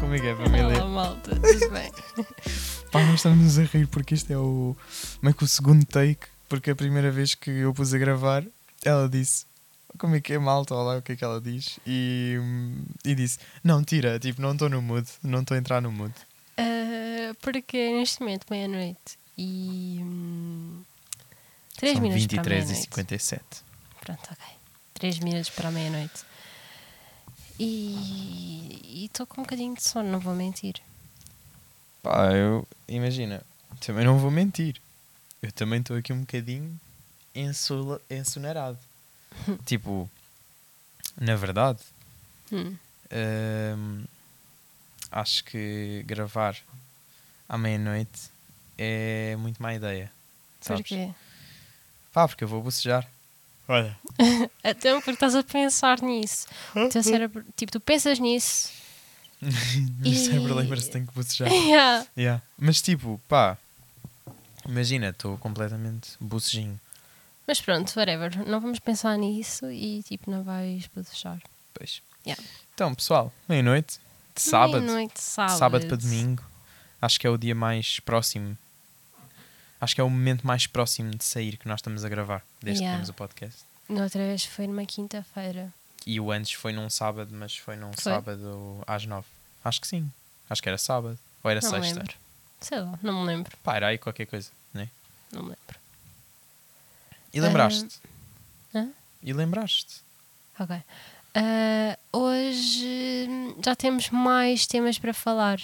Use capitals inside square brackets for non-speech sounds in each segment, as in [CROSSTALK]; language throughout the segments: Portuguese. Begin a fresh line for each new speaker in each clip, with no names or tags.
Como é que é, família?
Olá, malta, tudo bem? [LAUGHS]
Pá, nós estamos a rir porque este é o. Como é que o segundo take? Porque a primeira vez que eu pus a gravar, ela disse. Como é que é malta? Olá, o que é que ela diz? E, hum, e disse: Não, tira, tipo, não estou no mood, não estou a entrar no mood.
Ah, porque é neste momento, meia-noite e. Hum, 3
São
minutos para a
23 e
meia-noite.
57.
Pronto, ok. 3 minutos para a meia-noite. E e estou com um bocadinho de sono, não vou mentir.
Pá, eu. Imagina, também não vou mentir. Eu também estou aqui um bocadinho ensula,
[LAUGHS]
ensonerado. tipo, na verdade,
Hum.
hum, acho que gravar à meia-noite é muito má ideia. Sabes?
Porquê?
Pá, porque eu vou bocejar. [LAUGHS] Olha.
Então, porque estás a pensar nisso.
Hum,
O teu cérebro, tipo, tu pensas nisso.
Meu cérebro lembra-se que é tenho que
[LAUGHS]
bocejar.
Yeah.
Yeah. Mas tipo, pá, imagina, estou completamente bocejinho.
Mas pronto, whatever. Não vamos pensar nisso e, tipo, não vais bocejar.
Pois.
Yeah.
Então, pessoal, meia-noite, de sábado,
Meia-noite, sábado.
sábado. para domingo, acho que é o dia mais próximo. Acho que é o momento mais próximo de sair que nós estamos a gravar, desde
Yeah.
que temos o podcast.
Na outra vez foi numa quinta-feira.
E o antes foi num sábado, mas foi num
Foi?
sábado às nove. Acho que sim. Acho que era sábado. Ou era
Não me
sexta.
lembro. Sei lá, não me lembro.
Pá, era aí qualquer coisa, né?
Não me lembro.
E
Ah,
lembraste?
hã?
E lembraste?
Ok. Ah, hoje hum, já temos mais temas para falar.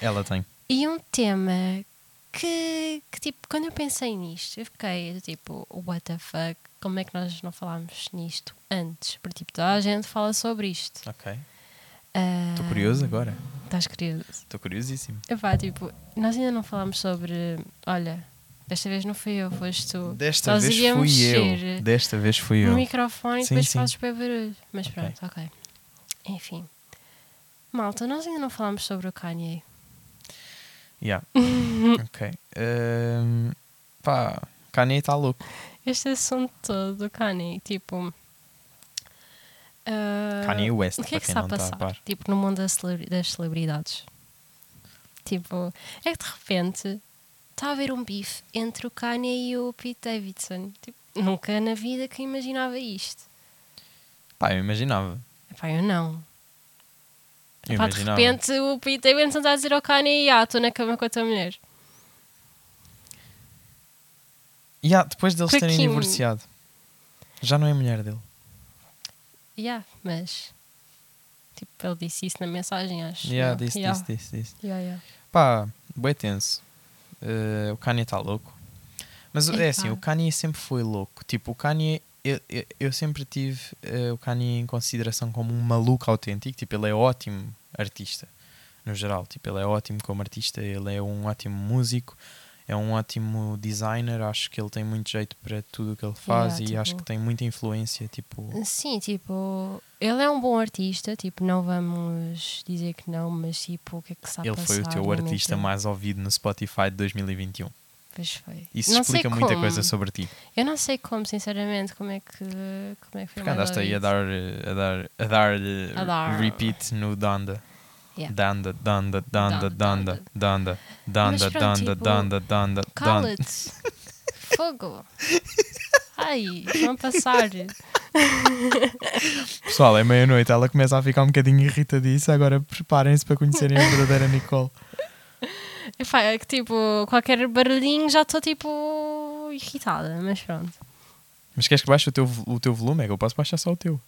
Ela tem.
E um tema que, que, tipo, quando eu pensei nisto, eu fiquei do tipo, what the fuck, como é que nós não falámos nisto antes? Porque, tipo, toda a gente fala sobre isto.
Ok.
Ah,
Estou curioso agora.
Estás curioso?
Estou curiosíssimo.
Epá, tipo, nós ainda não falámos sobre, olha, desta vez não fui eu, foste tu.
Desta
Nós
vez
iríamos
fui eu.
ser-
Desta vez fui
no
eu.
microfone e
Sim,
depois
sim.
fazes para barulho. Mas
Ok.
pronto, ok. Enfim. Malta, nós ainda não falámos sobre o Kanye. [LAUGHS]
Yeah. ok. Ahm, pá, Kanye está louco.
Este assunto todo do Kanye, tipo. ah,
Kanye West,
O que
para
é que
quem não
está a
está a
passar?
par.
tipo, no mundo das celebri- das celebridades. Tipo, é que de repente está a haver um bife entre o Kanye e o Pete Davidson. Tipo, nunca na vida que imaginava isto.
Pá, eu imaginava.
Epá, eu não.
Eu
Epá, de
imaginava.
repente o Pete Davidson está a dizer ao Kanye: Ah, estou na cama com a tua mulher.
Yeah, depois deles
Com a
terem
Kim.
divorciado. Já não é mulher dele.
Yeah, mas. Tipo, ele disse isso na mensagem, acho.
Yeah,
eu.
disse,
Yeah.
disse, disse, disse.
Yeah, yeah.
Pá, bem tenso. Eh, o Kanye está louco. Mas é
Epá.
assim, o Kanye sempre foi louco. Tipo, o Kanye, eu, eu, eu sempre tive eh, o Kanye em consideração como um maluco autêntico. Tipo, ele é ótimo artista, no geral. Tipo, ele é ótimo como artista, ele é um ótimo músico, é um ótimo designer. Acho que ele tem muito jeito para tudo o que ele faz
Yeah,
e acho
tipo-
que tem muita influência. Tipo,
Sim, tipo, ele é um bom artista, tipo, não vamos dizer que não, mas tipo, o que é que sabe
ele foi o teu artista mais ouvido no Spotify de 2021.
Pois foi.
Isso
Não sei
explica muita
como.
coisa sobre ti.
Eu não sei como, sinceramente, como é que, como é que foi
Porque
mais
andaste aí a
ouvido.
dar, eh, a dar, a dar, eh,
A dar.
repeat no Danda.
Yeah.
Danda, Danda, Danda,
Danda,
Danda, Danda, Danda,
Mas pronto,
Danda,
tipo,
Danda, Danda, Danda.
Cala-te! [LAUGHS] Fogo! Ai, vão passar.
Pessoal, é meia-noite, ela começa a ficar um bocadinho irritadiça. Agora preparem-se para conhecerem a verdadeira Nicole.
Epá, é que tipo, qualquer barulhinho já estou tipo irritada, mas pronto.
Mas queres que baixe o teu, vo- o teu volume? É que eu posso baixar só o teu.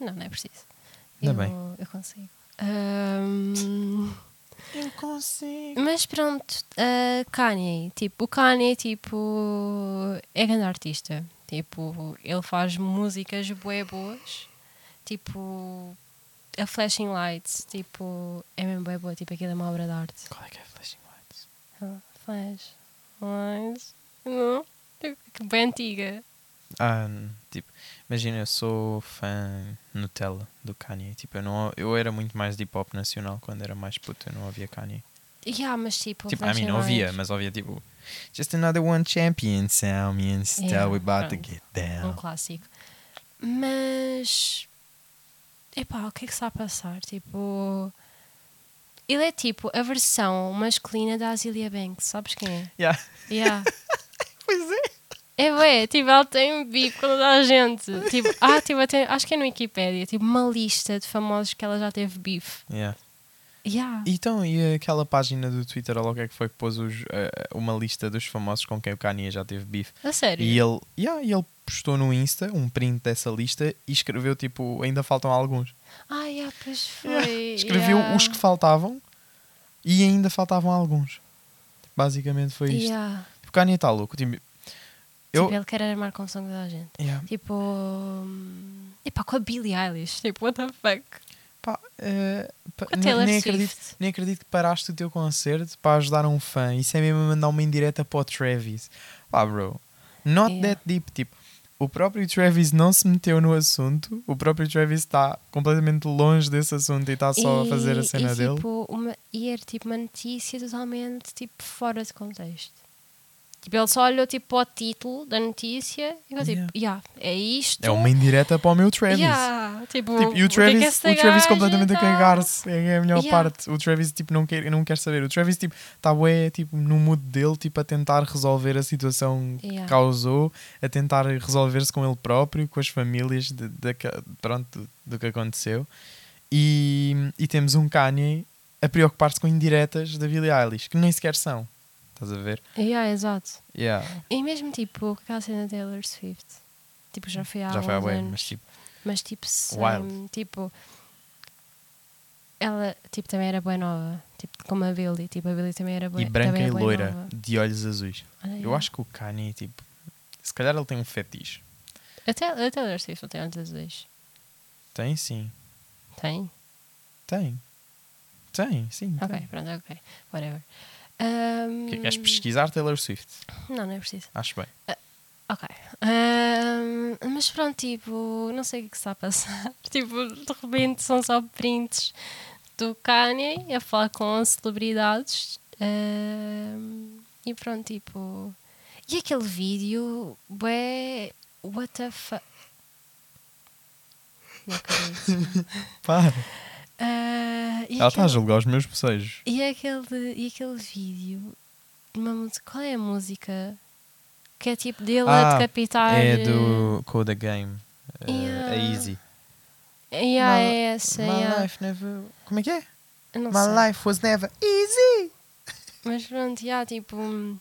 Não, não é preciso.
Ainda
eu,
bem.
Eu consigo. Ahm,
Eu consigo.
mas pronto, ah, Kanye, tipo, o Kanye, tipo, é grande artista. Tipo, ele faz músicas bué boas. Tipo, a Flashing Lights, tipo, é mesmo bué boa, tipo, aquilo é uma obra de arte.
Qual é que é Flashing Lights?
Ah, Flash Lights, não? Que bem antiga.
Ah, n- tipo, imagina, eu sou fã Nutella do Kanye. Tipo, eu, não, eu era muito mais de hip hop nacional quando era mais puto. Eu não ouvia Kanye.
Yeah, mas tipo,
Tipo, a mim
Flashing
não ouvia,
Lights-
mas ouvia tipo Just another one champion, Sal, me and Sal,
Yeah,
we about to
pronto.
get
um
down.
clássico. Mas. Epá, o que é que se está a passar? Tipo. Ele é tipo a versão masculina da Azilia Banks, sabes quem é?
Yeah.
Yeah.
Pois é.
É bué, tipo, ela tem bico com toda a gente. Tipo, ah, tipo, até, acho que é no Wikipédia, tipo, uma lista de famosos que ela já teve bife.
Yeah.
Yeah.
Então, e aquela página do Twitter, ou lá o que é que foi que pôs os, eh, uma lista dos famosos com quem o Kanye já teve bife?
A sério.
E ele, yeah, e ele postou no Insta um print dessa lista e escreveu tipo: ainda faltam alguns.
Ah, yeah, pois foi.
Escreveu
yeah.
os um- que faltavam e ainda faltavam alguns. Basicamente foi isto.
Yeah.
Porque o Kanye está louco. Tipo, eu,
Tipo, ele quer armar confusão com toda a gente.
yeah,
Tipo. hum, Epá, com a Billie Eilish. Tipo, what the fuck?
pá, eh, pá,
Com a
ne-
Taylor
nem, acredito,
Swift.
nem acredito que paraste o teu concerto para ajudar um fã. Isso é mesmo mandar uma indireta para o Travis. Pá, bro, not
Yeah.
that deep. Tipo, o próprio Travis não se meteu no assunto. O próprio Travis está completamente longe desse assunto e está só a fazer a
E-
cena
e,
dele.
Tipo, uma, e era tipo uma notícia totalmente tipo, fora de contexto. Tipo, ele só olhou tipo, para o título da notícia e ficou tipo, yeah, é isto.
É uma indireta para o meu Travis.
Yeah, tipo,
Tipo, e o
que é que
Travis,
esta
o Travis
gaja
completamente a
tá?
cagar-se. É a melhor
Yeah.
parte. O Travis tipo, não, quer, não quer saber. O Travis tipo, está bué tipo, no mood dele tipo, a tentar resolver a situação
Yeah.
que causou, a tentar resolver-se com ele próprio, com as famílias de, daque- pronto, do, do que aconteceu. E, e temos um Kanye a preocupar-se com indiretas da Billie Eilish, que nem sequer são. Estás a ver?
Yeah, exato.
Yeah.
E mesmo tipo, com aquela cena da Taylor Swift. Tipo, já foi há
Já foi há
uns
bem,
anos,
mas tipo,
mas tipo, sem-
Wild.
tipo ela tipo também era boa nova, tipo como a Billy, tipo a Billy também era boa
e branca
também
e
era bué
loira,
nova. Ah, é.
de olhos azuis.
Olha,
Eu
yeah.
acho que o Kanye, tipo, se calhar ele tem um fetiche.
Até, a Taylor Swift não tem olhos azuis.
Tem, sim.
Tem?
Tem. Tem, sim. tem.
Ok, pronto, ok. Whatever. Ahm,
Que- é, Queres pesquisar Taylor Swift?
Não, não é preciso.
Acho bem.
Ok. Ahm, mas pronto, tipo, não sei o que, é que está a passar. [LAUGHS] tipo, de repente são só prints do Kanye a falar com celebridades. Ahm, e pronto, tipo. E aquele vídeo, bué. What the fuck.
[LAUGHS]
Não acredito.
Para.
Ah, e
Ela tá está a
aquele-
julgar os meus bocejos.
E aquele, e aquele vídeo, uma música, qual é a música? Que é tipo dele a
Ah,
decapitar.
É
eh,
do Coda Game. eh,
Yeah.
A Easy.
Yeah,
My-
é essa,
My
yeah.
life never. Como é que é?
Eu Não
My
sei.
life was never easy.
Mas pronto, yeah, tipo. hum,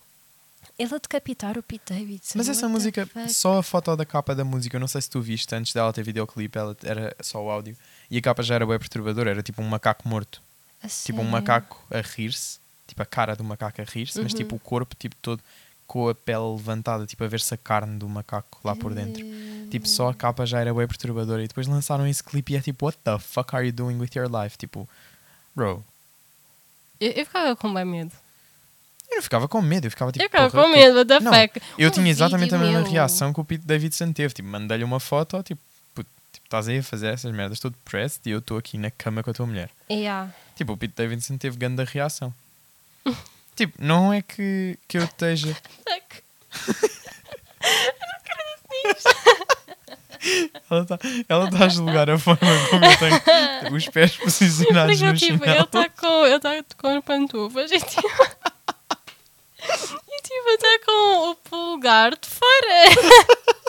Ele a decapitar o Pete Davidson.
Mas essa
what the
música,
fuck?
só a foto da capa da música, eu não sei se tu viste antes dela ter videoclipe, ela era só o áudio. E a capa já era bem perturbadora, era tipo um macaco morto.
A
tipo um
sério?
macaco a rir-se, tipo a cara do macaco a rir-se,
Uhum.
mas tipo o corpo tipo todo com a pele levantada, tipo a ver-se a carne do macaco lá por dentro.
Eh,
Tipo, só a capa já era bem perturbadora e depois lançaram esse clipe e é tipo, what the fuck are you doing with your life? Tipo, bro, Tipo-
Eu, eu ficava com bem medo.
eu não ficava com medo, eu ficava tipo,
eu ficava
porra,
com
que-
medo, what the
Não,
fuck.
Eu
Um
tinha exatamente a
vídeo
mesma
meu.
reação que o Pete Davidson teve. Tipo, mandei-lhe uma foto, tipo, puto, tipo, estás aí a fazer essas merdas, todo depressed e eu estou aqui na cama com a tua mulher.
Yeah.
Tipo, o Pete Davidson teve grande reação. [LAUGHS] tipo, não é que, que eu esteja.
Fuck.
Ela está ela tá a julgar a forma como eu tenho os pés posicionados
[LAUGHS] Porque eu,
no
tipo, ele
chinelo.
está com, ele tá com pantufas e tipo. e tipo, está com o pulgar de fora. [LAUGHS]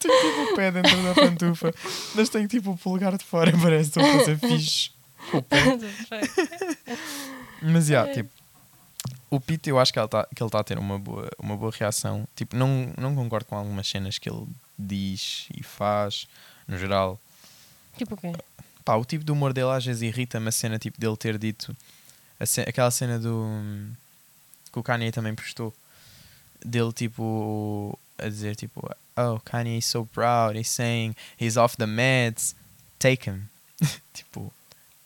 Tenho tipo o pé dentro da pantufa, mas tenho tipo o polegar de fora, [LAUGHS] parece que estou a fazer fixe. com o pé.
What the fuck.
Mas, yeah, tipo, o Pete, eu acho que ele está tá a ter uma boa, uma boa reação. Tipo, não, não concordo com algumas cenas que ele diz e faz, no geral.
tipo o quê?
Pá, o tipo de humor dele às vezes irrita-me a cena tipo, dele ter dito a ce- aquela cena do. hum, que o Kanye também postou. Dele, tipo, a dizer, tipo, oh, Kanye is so proud, he's saying he's off the meds, take him. [LAUGHS] tipo,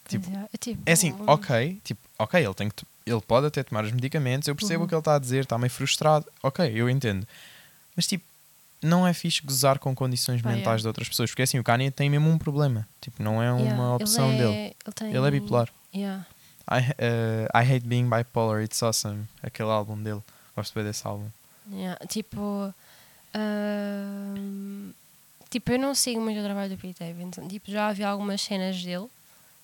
Tipo,
Pois é, tipo,
é assim,
hum,
ok, tipo, ok, ele tem que to- ele pode até tomar os medicamentos, eu percebo o
Uhum.
que ele está a dizer, está meio frustrado, ok, eu entendo. Mas tipo, não é fixe gozar com condições
Pá,
mentais
yeah.
de outras pessoas, porque assim, o Kanye tem mesmo um problema, tipo, não é uma
é. yeah, ele
opção
é-
dele.
Ele, tem-
Ele é bipolar.
Yeah.
I, eh, I Hate Being Bipolar, It's Awesome, aquele álbum dele, gosto bem desse álbum.
Yeah, tipo, Ahm, tipo, eu não sigo muito o trabalho do Pete Davidson. Tipo, já havia algumas cenas dele.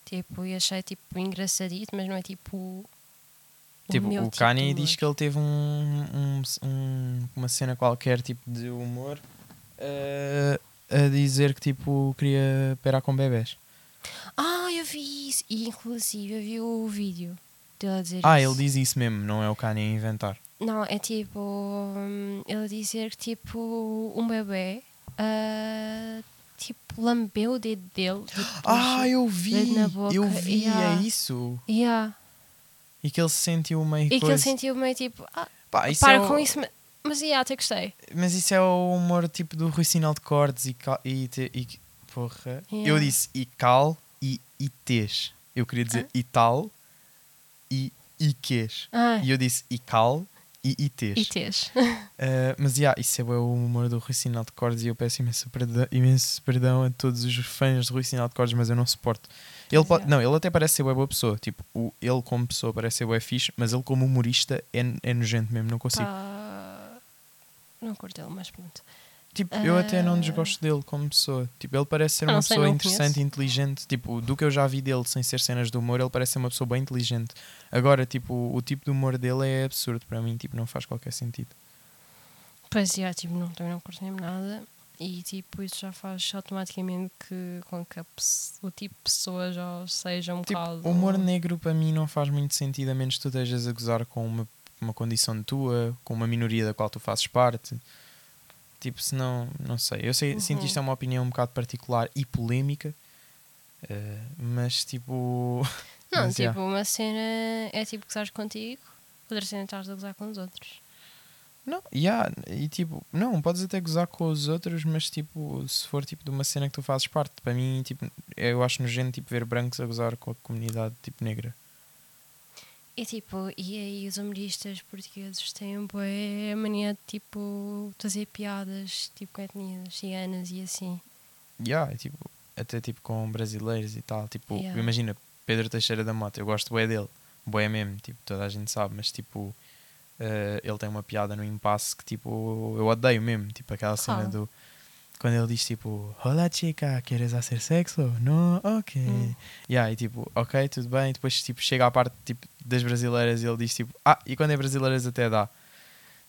Tipo, e achei tipo engraçadito, mas não é tipo. o
Tipo,
meu
o Kanye
tipo de
diz
humor.
que ele teve um, um- um- uma cena qualquer tipo de humor eh, a dizer que tipo queria pera com bebés.
Ah, eu vi isso! E inclusive eu vi o vídeo dele a dizer
Ah,
isso.
ele diz isso mesmo, não é o Kanye a inventar.
Não, é tipo. hum, Ele dizer que tipo um bebê. ah, tipo, lambeu o dedo dele. Tipo,
Ah, eu
dedo
vi!
na boca,
Eu vi,
yeah.
é isso!
yeah.
E que ele se sentiu meio
E que ele
coisa.
sentiu meio tipo. Ah,
Pá, isso
para
é o-
com isso. ma- Mas ia, até gostei.
Mas isso é o humor tipo do Rui Sinal de Cordes e. Cal, e, te- e que- porra.
Yeah.
Eu disse e cal e ites. Eu queria dizer
Hã?
e tal e iques.
Ah,
E eu disse e cal e ites.
e tês.
Ah, mas yeah, isso é o humor do Rui Sinal de Cordes e eu peço imenso perdão, imenso perdão a todos os fãs de Rui Sinal de Cordes, mas eu não suporto. Ele pode-
Yeah.
Não, ele até parece ser bué boa pessoa. Tipo, o, ele como pessoa parece ser bué fixe, mas ele como humorista é, é nojento mesmo, não consigo.
Pá, Não curto ele, mas pronto.
Tipo, eu até não
Ah.
desgosto dele como pessoa. Tipo, ele parece ser
Ah,
uma
não sei,
pessoa
não o
interessante
conheço.
e inteligente. Tipo, do que eu já vi dele, sem ser cenas de humor, ele parece ser uma pessoa bem inteligente. Agora, tipo, o tipo de humor dele é absurdo para mim. Tipo, não faz qualquer sentido.
Pois é, tipo, não, também não curto mesmo nada. E tipo, isso já faz automaticamente que, com que a pes- o tipo de pessoa já seja um
Tipo,
bocado.
o humor negro para mim não faz muito sentido, a menos que tu estejas a gozar com uma, uma condição tua, com uma minoria da qual tu fazes parte. Tipo, se não, não sei. Eu sei, sinto
Uhum.
isto é uma opinião um bocado particular e polémica, eh, mas tipo.
Não,
Mas,
tipo,
yeah.
uma cena é tipo gozares contigo, outra cena estás a gozar com os outros.
Não, yeah, e tipo, não, podes até gozar com os outros, mas tipo, se for tipo de uma cena que tu fazes parte, para mim, tipo, eu acho nojento tipo, ver brancos a gozar com a comunidade tipo negra.
E tipo, e aí os humoristas portugueses têm boa mania de tipo fazer piadas tipo com etnias ciganas e assim.
Yeah, e, tipo, até tipo com brasileiros e tal, tipo,
Yeah.
imagina, Pedro Teixeira da Mota, eu gosto bué dele, bué mesmo, tipo, toda a gente sabe, mas tipo, eh, ele tem uma piada no impasse que tipo, eu odeio mesmo, tipo, aquela cena
Qual?
do. Quando ele diz tipo, Olá chica, queres hacer sexo? Não, ok.
Hum.
Yeah, e tipo, ok, tudo bem. E depois tipo, chega à parte tipo, das brasileiras e ele diz tipo, ah, e quando é brasileiras até dá.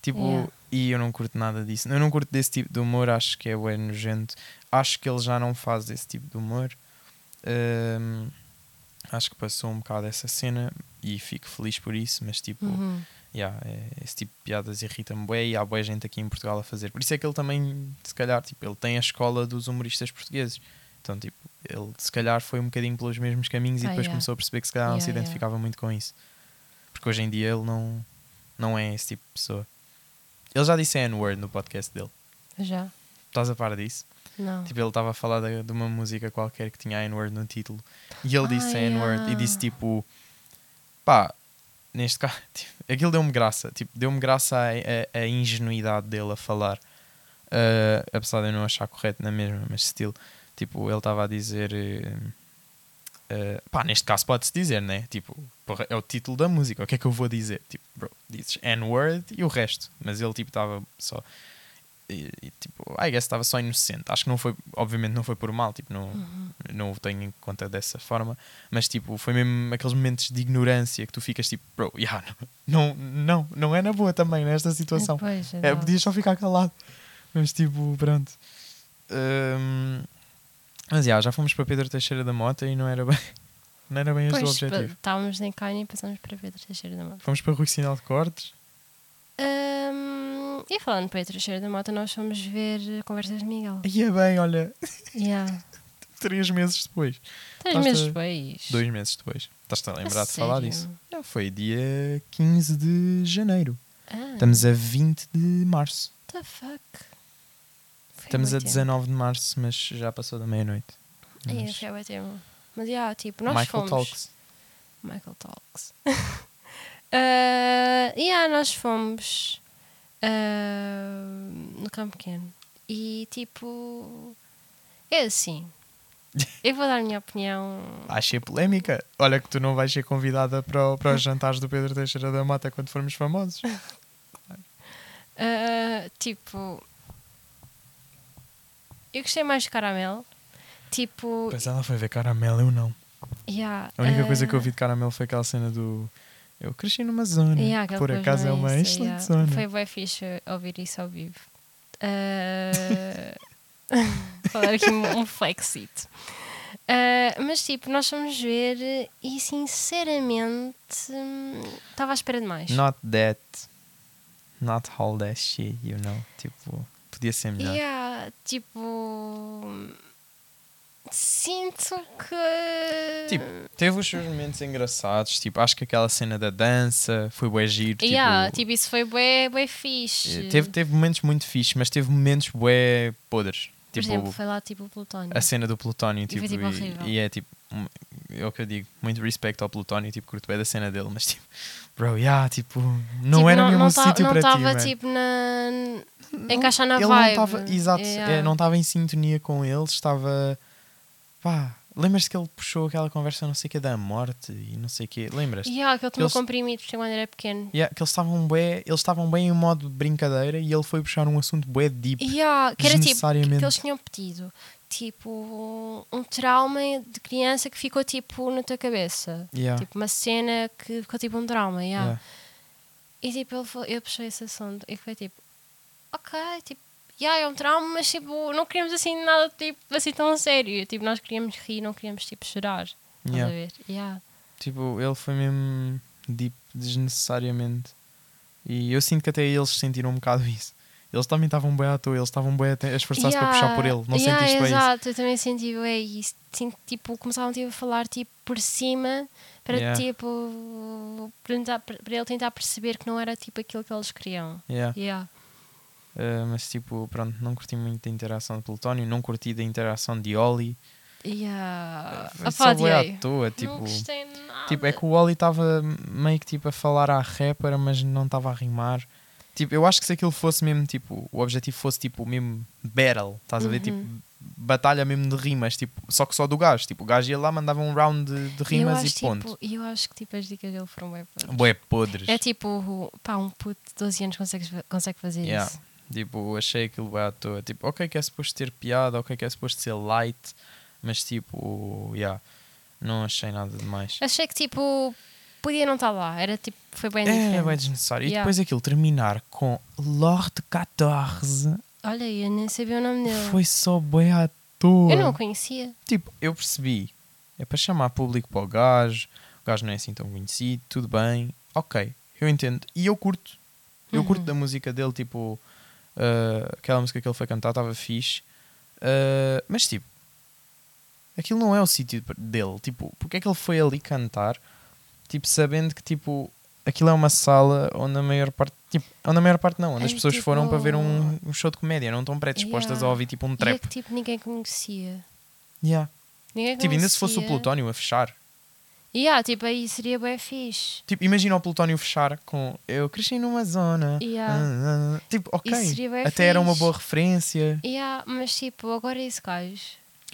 Tipo,
Yeah.
e eu não curto nada disso. Eu não curto desse tipo de humor, acho que é bué nojento. Acho que ele já não faz esse tipo de humor. Ahm, acho que passou um bocado essa cena e fico feliz por isso, mas tipo,
Uhum.
yeah, é- esse tipo de piadas irrita-me bué e há bué gente aqui em Portugal a fazer. Por isso é que ele também, se calhar, tipo, ele tem a escola dos humoristas portugueses. Então, tipo, ele se calhar foi um bocadinho pelos mesmos caminhos e
Ah,
depois
yeah.
começou a perceber que se calhar não se
Yeah, yeah.
identificava muito com isso. Porque hoje em dia ele não, não é esse tipo de pessoa. Ele já disse a N-word no podcast dele.
Já?
Estás a par disso?
Não.
Tipo, ele estava a falar de, de uma música qualquer que tinha a N-word no título. E ele disse
Ah,
a N-word e
yeah.
disse tipo, pá, neste caso, [LAUGHS] tipo, aquilo deu-me graça. Tipo, deu-me graça a, a- a ingenuidade dele a falar. Ah, apesar de eu não achar correto na mesma, mas estilo, tipo, ele estava a dizer. eh, ah, pá, neste caso pode-se dizer, né? Tipo, porra, é o título da música, o que é que eu vou dizer? Tipo, bro, dizes N-word e o resto. Mas ele, tipo, estava só. E, e, tipo, I guess estava só inocente. Acho que não foi, obviamente, não foi por mal, tipo, não, não o tenho em conta dessa forma, mas tipo, foi mesmo aqueles momentos de ignorância que tu ficas tipo, bro, yeah, [LAUGHS] não, não, não é na boa também nesta situação.
Pois,
É,
exato.
podias só ficar calado. Mas tipo, pronto. Hum, mas yeah, já fomos para Pedro Teixeira da Mota e não era bem, [LAUGHS] não era bem esse o
Pois,
objetivo.
pa- estávamos em Kanye e passamos para Pedro Teixeira da Mota.
Fomos para Rui Sinal de Cortes.
Hum, e falando de Pedro Teixeira da Mota, nós fomos ver eh, Conversas de Miguel.
E é bem, olha, [LAUGHS]
yeah.
três meses depois.
Três
Estás-te-
meses depois.
Dois meses depois. Estás-te a
A
lembrar de falar
sério?
disso? Não, foi dia 15 de janeiro.
Ah,
Estamos a 20 de março.
what the fuck? Foi
Estamos
bué
a
tempo.
19 de março, mas já passou da meia-noite.
É,
Mas-
foi há bué tempo. Mas, yeah, tipo, nós
Michael
fomos...
Talks.
Michael Talks. [LAUGHS] Ah, yeah, nós fomos ah, no Campo Pequeno. E, tipo, é assim. Eu vou dar a minha opinião.
Achei polémica. Olha que tu não vais ser convidada para, o- para os jantares do Pedro Teixeira da Mata quando formos famosos.
Ah, tipo, Eu gostei mais de caramelo. Tipo.
Pois ela foi ver caramelo, eu não.
Yeah,
A única
eh,
coisa que eu vi de caramelo foi aquela cena do. Eu cresci numa zona.
yeah,
que
aquela
por
coisa
acaso é
não
uma
isso,
excelente
yeah.
zona.
Foi bem fixe ouvir isso ao vivo.
[LAUGHS]
Eh, Vou dar aqui um, um flexito. Eh, mas tipo, nós fomos ver e sinceramente hum, estava à espera de mais.
Not that. Not all that shit, you know? Tipo, podia ser melhor.
Yeah, tipo. Sinto que.
Tipo, teve os seus momentos engraçados. Tipo, acho que aquela cena da dança foi bué giro.
yeah,
tipo,
tipo, isso foi bué, bué fixe.
eh, Teve, teve momentos muito fixes, mas teve momentos bué podres.
Por
Tipo,
exemplo, foi lá tipo o Plutónio.
a cena do Plutónio, tipo,
foi, tipo, horrível.
e, e é tipo, um- é o que eu digo, muito respeito ao Plutónio, tipo, curto bem da cena dele, mas tipo, bro, yeah, tipo, não
Tipo,
era mesmo um
tá-
sítio
não
para ti,
estava
man.
tipo na. É encaixar na
ele
vibe.
Não tava, exato,
Yeah.
é, não estava em sintonia com eles, estava. Pá, lembras-te que ele puxou aquela conversa, não sei o que, da morte e não sei o que, lembras-te?
Yeah, que ele tomou
Eles-
comprimidos quando era pequeno.
Yeah, que eles estavam bem, eles estavam bem em modo de brincadeira e ele foi puxar um assunto bué deep.
Yeah, que era tipo. Que,
Desnecessariamente.
que eles tinham pedido. Tipo, um trauma de criança que ficou tipo na tua cabeça.
Yeah,
Tipo, uma cena que ficou tipo um trauma. yeah.
yeah.
E tipo, ele falou, eu puxei esse assunto e foi tipo, ok, tipo, yeah, é um trauma, mas tipo, não queríamos assim nada tipo, assim tão sério. Tipo, nós queríamos rir, não queríamos tipo chorar. Estás
Yeah.
a ver? Yeah.
Tipo, ele foi mesmo deep, desnecessariamente. E eu sinto que até eles sentiram um bocado [LAUGHS] isso. Eles também estavam bem à toa, eles estavam bem a te- a esforçar-se para puxar por ele. Não
yeah,
sentiste bem isso?
exato, eu também senti bué isso. Sinto, tipo, começavam tipo, a falar tipo por cima para
Yeah.
tipo perguntar- para ele tentar perceber que não era tipo aquilo que eles queriam.
Yeah.
Yeah.
Uh, mas tipo, pronto, não curti muito da interação de Plutónio, não curti da interação de Oli.
Yeah.
Foi
Opa,
só bué
odiei.
à toa,
não
tipo.
gostei nada.
Tipo, é que o Oli estava meio que tipo a falar à rapper, mas não estava a rimar. Tipo, eu acho que se aquilo fosse mesmo tipo, o objetivo fosse tipo mesmo battle, estás a ver? Tipo,
Uhum.
batalha mesmo de rimas, tipo, só que só do gajo. Tipo, o gajo ia lá, mandava um round de, de
eu
rimas
acho,
e ponto.
Tipo, eu acho que tipo, as dicas dele foram bem podres.
Bué podres.
É tipo, pá, um puto de 12 anos consegue, consegue fazer
Yeah.
isso.
Tipo, achei aquilo bué à toa. Tipo, ok que é suposto ter piada, ok que é suposto ser light, mas tipo, yeah, não achei nada demais.
Achei que tipo, podia não estar lá. Era tipo, foi bem
É, bem
diferente.
desnecessário. E
Yeah.
depois aquilo terminar com Lord 14
Olha, eu nem sabia o nome dele.
Foi só bem à toa.
Eu não o conhecia.
Tipo, eu percebi. É para chamar público para o gajo. O gajo não é assim tão conhecido. Tudo bem. Ok. Eu entendo. E eu curto. Eu
Uhum.
curto da música dele. Tipo, ah, aquela música que ele foi cantar estava fixe. Ah, mas, tipo, aquilo não é o sítio dele. Tipo, porque é que ele foi ali cantar? Tipo, sabendo que, tipo, aquilo é uma sala onde a maior parte. Tipo, onde a maior parte não. Onde as
Ai,
pessoas foram para ver um,
É tipo-
um show de comédia. Não estão predispostas
Yeah.
a ouvir, tipo, um
E é
trap.
que tipo, ninguém conhecia.
Yeah.
Ninguém
Tipo, ainda se fosse
conhecia.
o Plutónio a fechar.
Yeah, tipo, aí seria bem fixe.
Tipo, imagina o Plutónio fechar com Eu cresci numa zona.
Yeah.
Ah, ah. Tipo, ok.
Isso seria bué
Até era uma
fixe.
boa referência.
Yeah, mas tipo, agora esse gajo.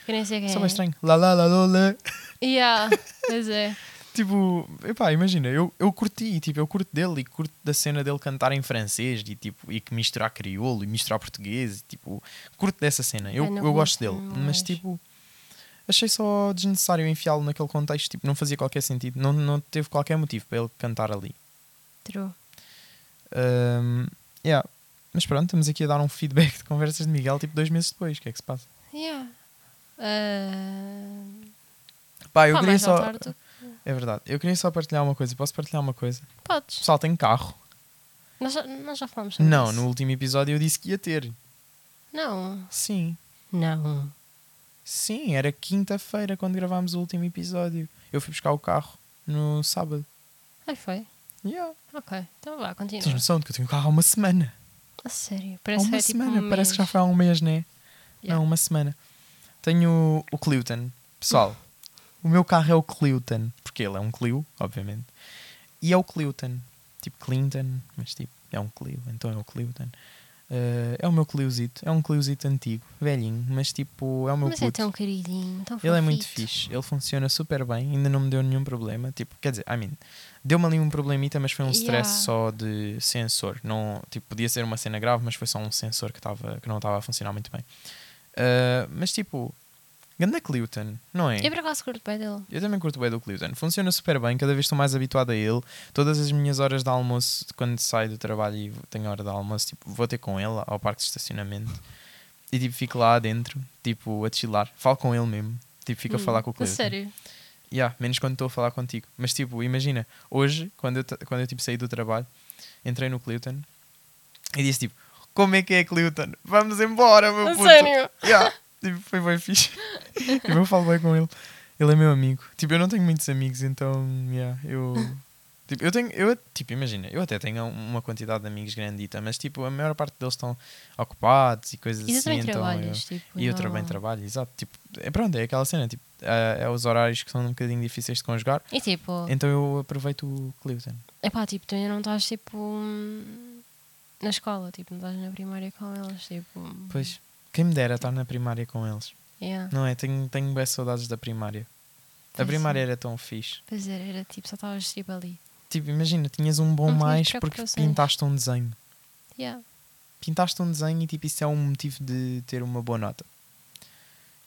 Que nem sei quem
Só
é.
bem estranho. Lá, lá, lá, lá, lá. [LAUGHS]
Yeah, pois é.
Tipo, epá, imagina, eu, eu curti, tipo, eu curto dele e curto da cena dele cantar em francês e, tipo, e que misturar crioulo e misturar português. E, tipo, curto dessa cena. Eu,
Ai, não
eu gosto dele.
conheço
Mas,
mais.
tipo, achei só desnecessário enfiá-lo naquele contexto. Tipo, não fazia qualquer sentido. Não, não teve qualquer motivo para ele cantar ali.
True.
Um, yeah. Mas pronto, estamos aqui a dar um feedback de conversas de Miguel, tipo dois meses depois. O que é que se passa?
Yeah. Ah,
Pá, eu
pá,
queria
mais
só.
altar do-
É verdade, eu queria só partilhar uma coisa. Posso partilhar uma coisa?
Podes.
Pessoal, tem carro?
Nós já, nós já falamos sobre
Não,
isso.
no último episódio eu disse que ia ter.
Não.
Sim,
Não.
sim, era quinta-feira quando gravámos o último episódio. Eu fui buscar o carro no sábado.
Aí foi.
Yeah.
Ok. Então vá,
Tens
continua.
noção de que eu tenho o carro há uma semana.
A sério.
Há
Parece
uma
que é tipo
semana,
um
parece que já
mês.
foi há um mês, né?
Yeah.
Não, uma semana. Tenho o Clilton. Pessoal, o meu carro é o Clilton. Porque ele é um Clio, obviamente. E é o Clilton. Tipo Clinton, mas tipo, é um Clio, então é o Clilton. Eh, é o meu Cliozito. É um Cliozito antigo, velhinho, mas tipo, é o meu
Mas é
puto.
tão queridinho. Tão
Ele é muito
fofito.
fixe, ele funciona super bem, ainda não me deu nenhum problema. Tipo, quer dizer, I mean, deu-me ali um problemita, mas foi um
Yeah.
stress só de sensor. Não, tipo, podia ser uma cena grave, mas foi só um sensor que, tava, que não estava a funcionar muito bem. Ah, mas tipo, Ganda Clifton, não é?
Eu por acaso curto bem dele.
Eu também curto bem do Clifton. Funciona super bem, cada vez estou mais habituado a ele. Todas as minhas horas de almoço, quando saio do trabalho e tenho hora de almoço, tipo, vou ter com ele ao parque de estacionamento. E tipo, fico lá dentro, tipo, a chilar. Falo com ele mesmo. Tipo, fico a falar com o
Hum, A
Clifton.
sério.
Yeah, menos quando estou a falar contigo. Mas tipo, imagina, hoje, quando eu, ta- quando eu tipo, saí do trabalho, entrei no Clifton e disse tipo: Como é que é, Clifton? Vamos embora, meu
A
puto.
sério.
Yeah. [LAUGHS] Tipo, foi bem fixe. [LAUGHS] tipo, eu falo bem com ele. Ele é meu amigo. Tipo, eu não tenho muitos amigos, então, yeah, eu. Tipo, eu tenho, eu, tipo, imagina, eu até tenho uma quantidade de amigos grandita, mas tipo, a maior parte deles estão ocupados e coisas
E tu
assim.
também
então eu-
trabalhas, tipo.
e eu
não-
também trabalho, exato. Tipo, é pronto, é aquela cena, tipo, é, é os horários que são um bocadinho difíceis de conjugar,
E tipo,
então eu aproveito o Clifton.
epá, tipo, tu ainda não estás tipo hum, na escola, tipo, não estás na primária com eles, tipo.
Pois, quem me dera estar na primária com eles,
Yeah.
não é? Tenho, tenho bem saudades da primária. A
Pois
primária
é.
era tão fixe.
Pois era, era tipo, só estavas tipo ali.
Tipo, imagina, tinhas um bom
Não tinhas
mais porque
preocupações.
pintaste um desenho.
Yeah.
Pintaste um desenho e tipo, isso é um motivo de ter uma boa nota.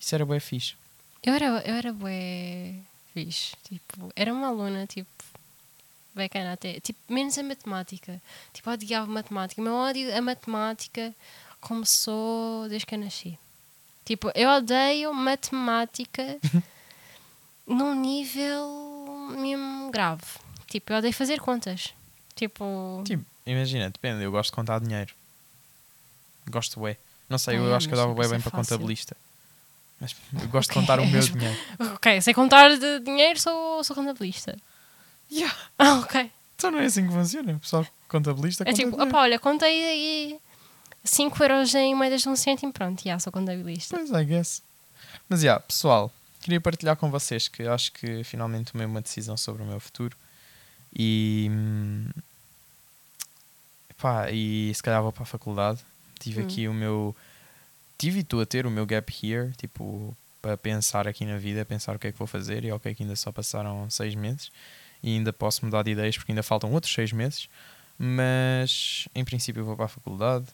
Isso era bem fixe.
Eu era, eu era bué fixe, tipo, era uma aluna, tipo, bacana até, tipo, menos a matemática, tipo, odiava matemática, o meu ódio a matemática começou desde que eu nasci. Tipo, eu odeio matemática num nível mesmo grave, tipo, eu odeio fazer contas, tipo,
Tipo, imagina, depende, eu gosto de contar dinheiro. Gosto bué. Não sei,
Ah,
eu
é,
acho que eu
mas
dava
isso
bué
é
bem para
fácil.
contabilista. Mas eu gosto
Ok.
de contar o
[LAUGHS]
meu dinheiro.
ok, sei contar de dinheiro, sou, sou contabilista. [LAUGHS]
Yeah.
Ah, ok.
Então não é assim que funciona. O pessoal contabilista
É
conta
tipo,
dinheiro.
opá, olha, contei aí 5 euros em moedas de um cêntimo, pronto, já sou contabilista.
Pois, I guess. Mas, yeah, pessoal, queria partilhar com vocês que eu acho que finalmente tomei uma decisão sobre o meu futuro. E. hum, Pá, e se calhar vou para a faculdade. Tive
Hum.
aqui o meu. Tive e estou a ter o meu gap here, tipo, para pensar aqui na vida, pensar o que é que vou fazer. E ok, que ainda só passaram seis meses. E ainda posso mudar de ideias porque ainda faltam outros seis meses. Mas, em princípio, eu vou para a faculdade.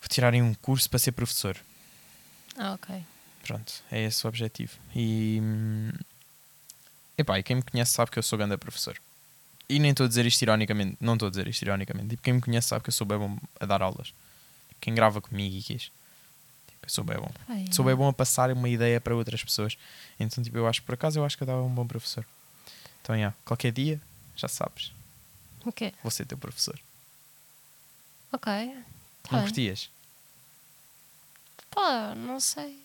Vou tirar aí um curso para ser professor.
Ah, ok.
Pronto, é esse o objetivo. E. hum, Epá, e quem me conhece sabe que eu sou grande professor. E nem estou a dizer isto ironicamente, não estou a dizer isto ironicamente. Tipo, quem me conhece sabe que eu sou bem bom a dar aulas. Quem grava comigo e quis. Tipo, eu sou bem bom.
Ai,
Sou bem bom a passar uma ideia para outras pessoas. Então, tipo, eu acho, por acaso, eu acho que eu dava um bom professor. Então, yeah, qualquer dia, já sabes,
O quê?
vou ser teu professor.
Ok. Tá
Não
bem.
curtias? [LAUGHS]
Pá, não sei.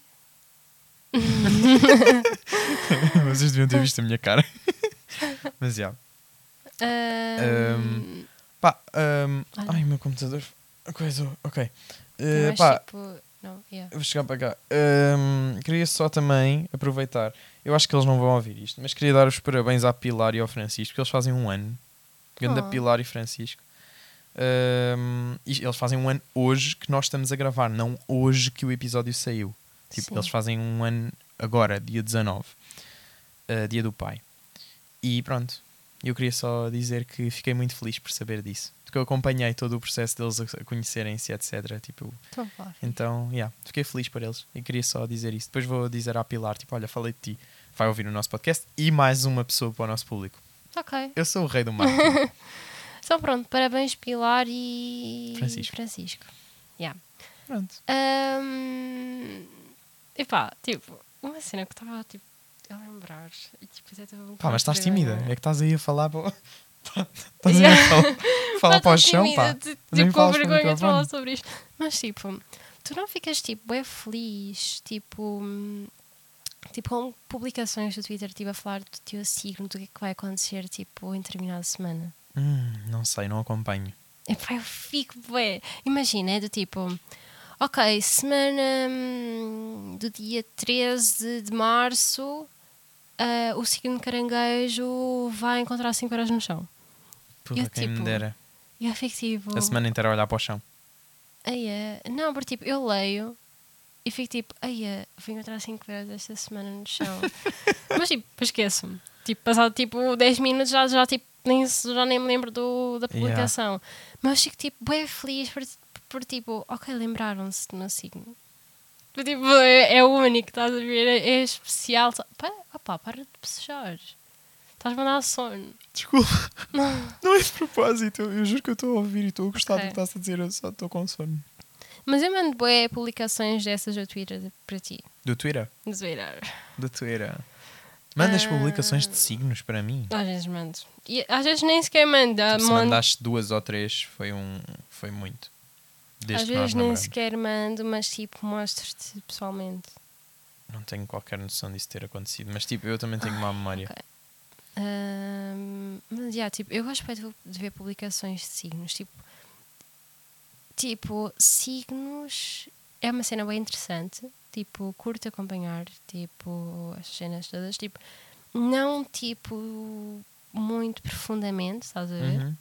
Vocês deviam ter visto a minha cara. Mas, yeah. Hum,
Ahm,
Pá, hum,
Olha.
ai, meu computador. Coisa, ok. Eh,
mas,
pá,
tipo, não, yeah.
vou chegar para cá. Hum, queria só também aproveitar. Eu acho que eles não vão ouvir isto, mas queria dar os parabéns à Pilar e ao Francisco, que eles fazem um ano. Ganda
Oh.
Pilar e Francisco. Hum, e eles fazem um ano hoje que nós estamos a gravar, não hoje que o episódio saiu. Tipo,
Sim.
eles fazem um ano agora, dia 19, eh, dia do pai. E pronto, eu queria só dizer que fiquei muito feliz por saber disso. Porque eu acompanhei todo o processo deles a conhecerem-se, etc. Tipo,
Então, pá.
então, yeah, fiquei feliz por eles e queria só dizer isso. Depois vou dizer à Pilar, tipo, olha, falei de ti, vai ouvir o nosso podcast e mais uma pessoa para o nosso público.
Ok.
Eu sou o rei do marketing.
[LAUGHS] Então pronto, parabéns Pilar e
Francisco.
Francisco. Yeah.
Pronto.
Ahm, epá, tipo, uma cena que estava tipo, a lembrar. E, tipo, até estava um
Pá, mas estás tímida, é que estás aí a falar. para o- [LAUGHS] Tá, Estás aí
Yeah.
a falar, falar para o chão, pá. Nem
Tipo, com
falas para o
vergonha de falar
microfone.
sobre isto. Mas tipo, tu não ficas tipo, é feliz, tipo, hum, tipo, com publicações do Twitter, tipo, a falar do teu signo, do que é que vai acontecer, tipo, em determinada semana.
Hum, não sei, não acompanho.
Epá, eu fico bué. Imagina, é do tipo, ok, semana hum, do dia 13 de março, ah, o signo de caranguejo vai encontrar 5 horas no chão.
Puta,
Eu,
quem me
tipo,
dera.
E eu fico tipo.
A semana inteira a olhar para o chão.
Ai, é. Não, porque tipo, eu leio e fico tipo, ai, é, vou encontrar 5 euros esta semana no chão. Mas tipo, esqueço-me. Tipo, passado tipo 10 minutos já, já, tipo, nem, se- já nem me lembro do, da
Yeah.
publicação. Mas fico tipo, bem feliz por, por tipo, ok, lembraram-se do meu signo. Tipo, é, é único, estás a ver? É, é especial. Só- Pá, opá, para de bocejar. Estás-me a dar sono.
Desculpa. Não é de propósito. Eu, eu juro que eu estou a ouvir e estou a gostar
Ok.
do que estás a dizer. Eu só estou com sono.
Mas eu mando boé publicações dessas no Twitter de- para ti.
Do Twitter?
Zoeirar.
Do Twitter. Mandas
Ah.
publicações de signos para mim?
Às vezes mando. E às vezes nem sequer mando. ah,
Tipo, se
mando-
mandaste duas ou três, foi, um, foi muito. Desde
às
que nós
vezes nem
namoramos.
sequer mando, mas tipo, mostro-te pessoalmente.
Não tenho qualquer noção disso ter acontecido. Mas tipo, eu também
Ah,
tenho má memória.
ok. Ahm, Ah, mas, yeah, tipo, eu gosto bué de de ver publicações de signos. Tipo, tipo, signos é uma cena bem interessante. Tipo, curto acompanhar tipo, as cenas todas. Tipo, não tipo muito profundamente, estás a ver?
Uhum.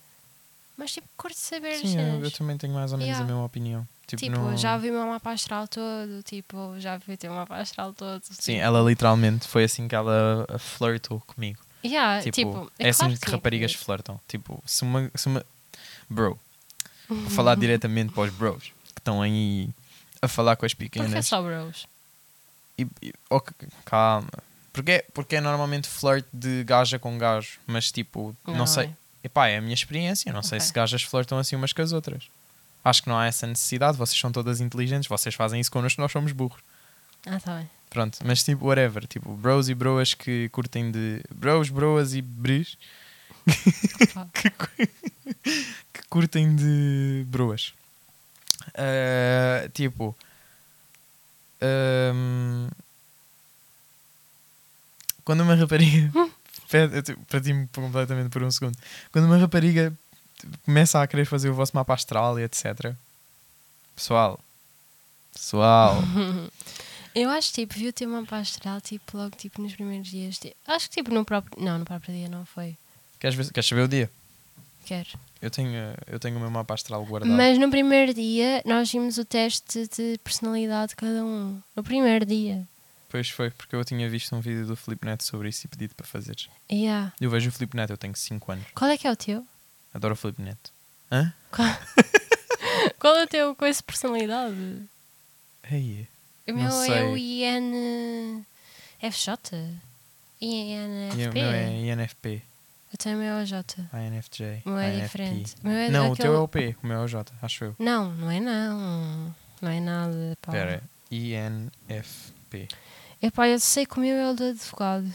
Mas tipo, curto saber as
Sim, eu,
cenas.
eu também tenho mais ou menos
Yeah.
a mesma opinião. Tipo,
Tipo,
não-
já vi o meu mapa astral todo, tipo, já vi o teu mapa astral todo. tipo.
Sim, ela literalmente foi assim que ela uh, flirtou comigo.
Yeah,
Tipo,
tipo, é
essas
claro que sim,
raparigas
tipo,
flertam. Tipo, se uma, se uma. Bro,
Uhum.
vou
[LAUGHS]
falar diretamente para os bros que estão aí a falar com as
Porque é
pequenas.
só bros.
E- e- ok, calma. Porque, é- porque é normalmente flirt de gaja com gajo, mas tipo, não,
Não
sei.
é.
Epá, é a minha experiência. Não sei
Ok.
se gajas flertam assim umas com as outras. Acho que não há essa necessidade. Vocês são todas inteligentes, vocês fazem isso connosco, nós somos burros.
Ah, tá bem.
Pronto, mas tipo, whatever. Tipo, bros e broas que curtem de. Bros, broas e bris. que, cu- [LAUGHS] que curtem de broas. Ah, tipo. ahm, quando uma rapariga. pede- eu te- Perdi-me completamente por um segundo. Quando uma rapariga começa a querer fazer o vosso mapa astral e etc. Pessoal. Pessoal.
Eu acho tipo, vi o teu mapa astral tipo, logo tipo, nos primeiros dias. Ti- Acho que tipo no próprio. Não, no próprio dia não foi.
queres, ver- queres saber o dia?
Quero.
Eu tenho, eu tenho o meu mapa astral guardado.
Mas no primeiro dia nós vimos o teste de personalidade de cada um. No primeiro dia.
Pois foi, porque eu tinha visto um vídeo do Filipe Neto sobre isso e pedido para fazeres.
Yeah.
Eu vejo o Filipe Neto, eu tenho 5 anos.
Qual é que é o teu?
Adoro o Filipe Neto. Hã?
Qual, [LAUGHS] Qual é o teu coisa de personalidade?
Ei,
O
Não
meu
sei.
é o eh, INFJ. INFP.
e o meu é INFP,
O teu é o meu é o J.
INFJ,
O meu é
INFP.
diferente. O meu é
Não, o
daquele-
teu é o P, o meu é o J, acho eu.
Não, não é não. Não é nada. Pá.
Espera, INFP.
Epá, eu sei que o meu é o do advogado.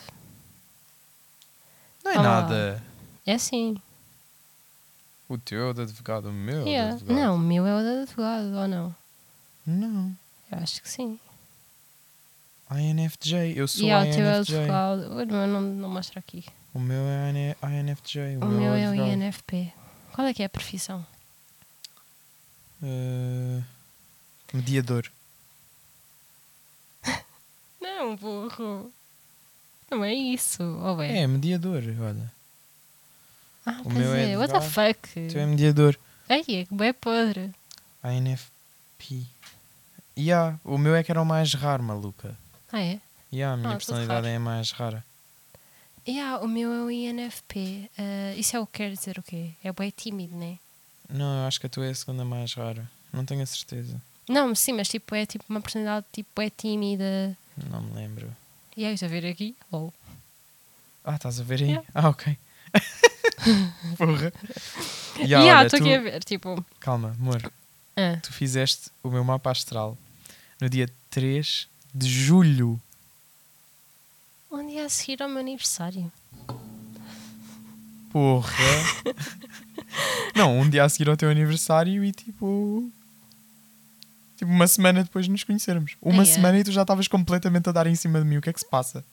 Não é
Ah.
nada.
É assim.
O teu é o de advogado, o meu é
Yeah.
o de advogado.
Não, o meu é o do advogado, ou não?
Não.
Eu acho que sim.
INFJ, eu sou
e há o teu é o
INFJ.
advogado. O meu não, não mostra aqui.
O meu é INFJ, o,
O, meu é o
advogado.
INFP. Qual é que é a profissão?
Eh, mediador.
Não, burro. Não é isso. Ou é?
É, mediador, olha.
Ah,
o
pois
meu é
é. What the fuck?
Tu é mediador.
Ai, é que bem podre.
INFP. Yeah, o meu é que era o mais raro, maluca.
Ah, é?
Yeah, a minha
Ah, tudo
personalidade
raro.
é a mais rara.
E há o meu é o INFP. Ah, isso é o que quer dizer o quê? É bem tímido, né?
Não, eu acho que a tua é a segunda mais rara. Não tenho a certeza.
Não, sim, mas tipo, é tipo uma personalidade tipo, é tímida.
Não me lembro.
E aí, a ver aqui? Oh.
Ah, estás a ver aí?
Yeah.
Ah, ok. [LAUGHS] Porra.
E
Yeah,
há,
olha,
estou
tu-
aqui a ver, tipo.
Calma, amor.
ah,
Tu fizeste o meu mapa astral no dia 3 de julho.
um dia a seguir ao meu aniversário.
Porra.
[LAUGHS]
Não, um dia a seguir ao teu aniversário e tipo. Tipo, uma semana depois de nos conhecermos. Uma
Ah, é?
semana e tu já estavas completamente a dar em cima de mim. O que é que se passa?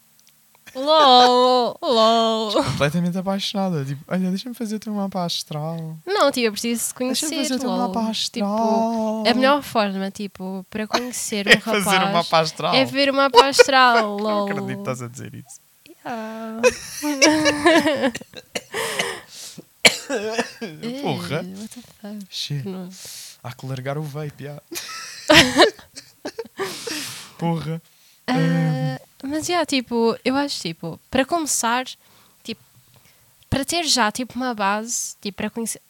LOL! LOL!
Completamente apaixonada. Tipo, olha, deixa-me fazer o teu mapa astral.
Não, tipo, eu preciso conhecer.
Deixa-me fazer o teu
LOL.
mapa
Tipo,
astral.
a melhor forma, tipo, para conhecer
[LAUGHS]
um
é
rapaz
fazer o mapa astral.
é ver uma mapa
[LAUGHS]
astral.
Não
LOL!
acredito que estás a dizer isso.
Ah.
Porra.
Eh, What the fuck?
Shit.
Que nojo.
Há que largar o vape,
[LAUGHS]
já. Porra.
Ah, mas, yeah, tipo, eu acho, tipo, para começar, tipo, para ter já, tipo, uma base, tipo, para conhecer...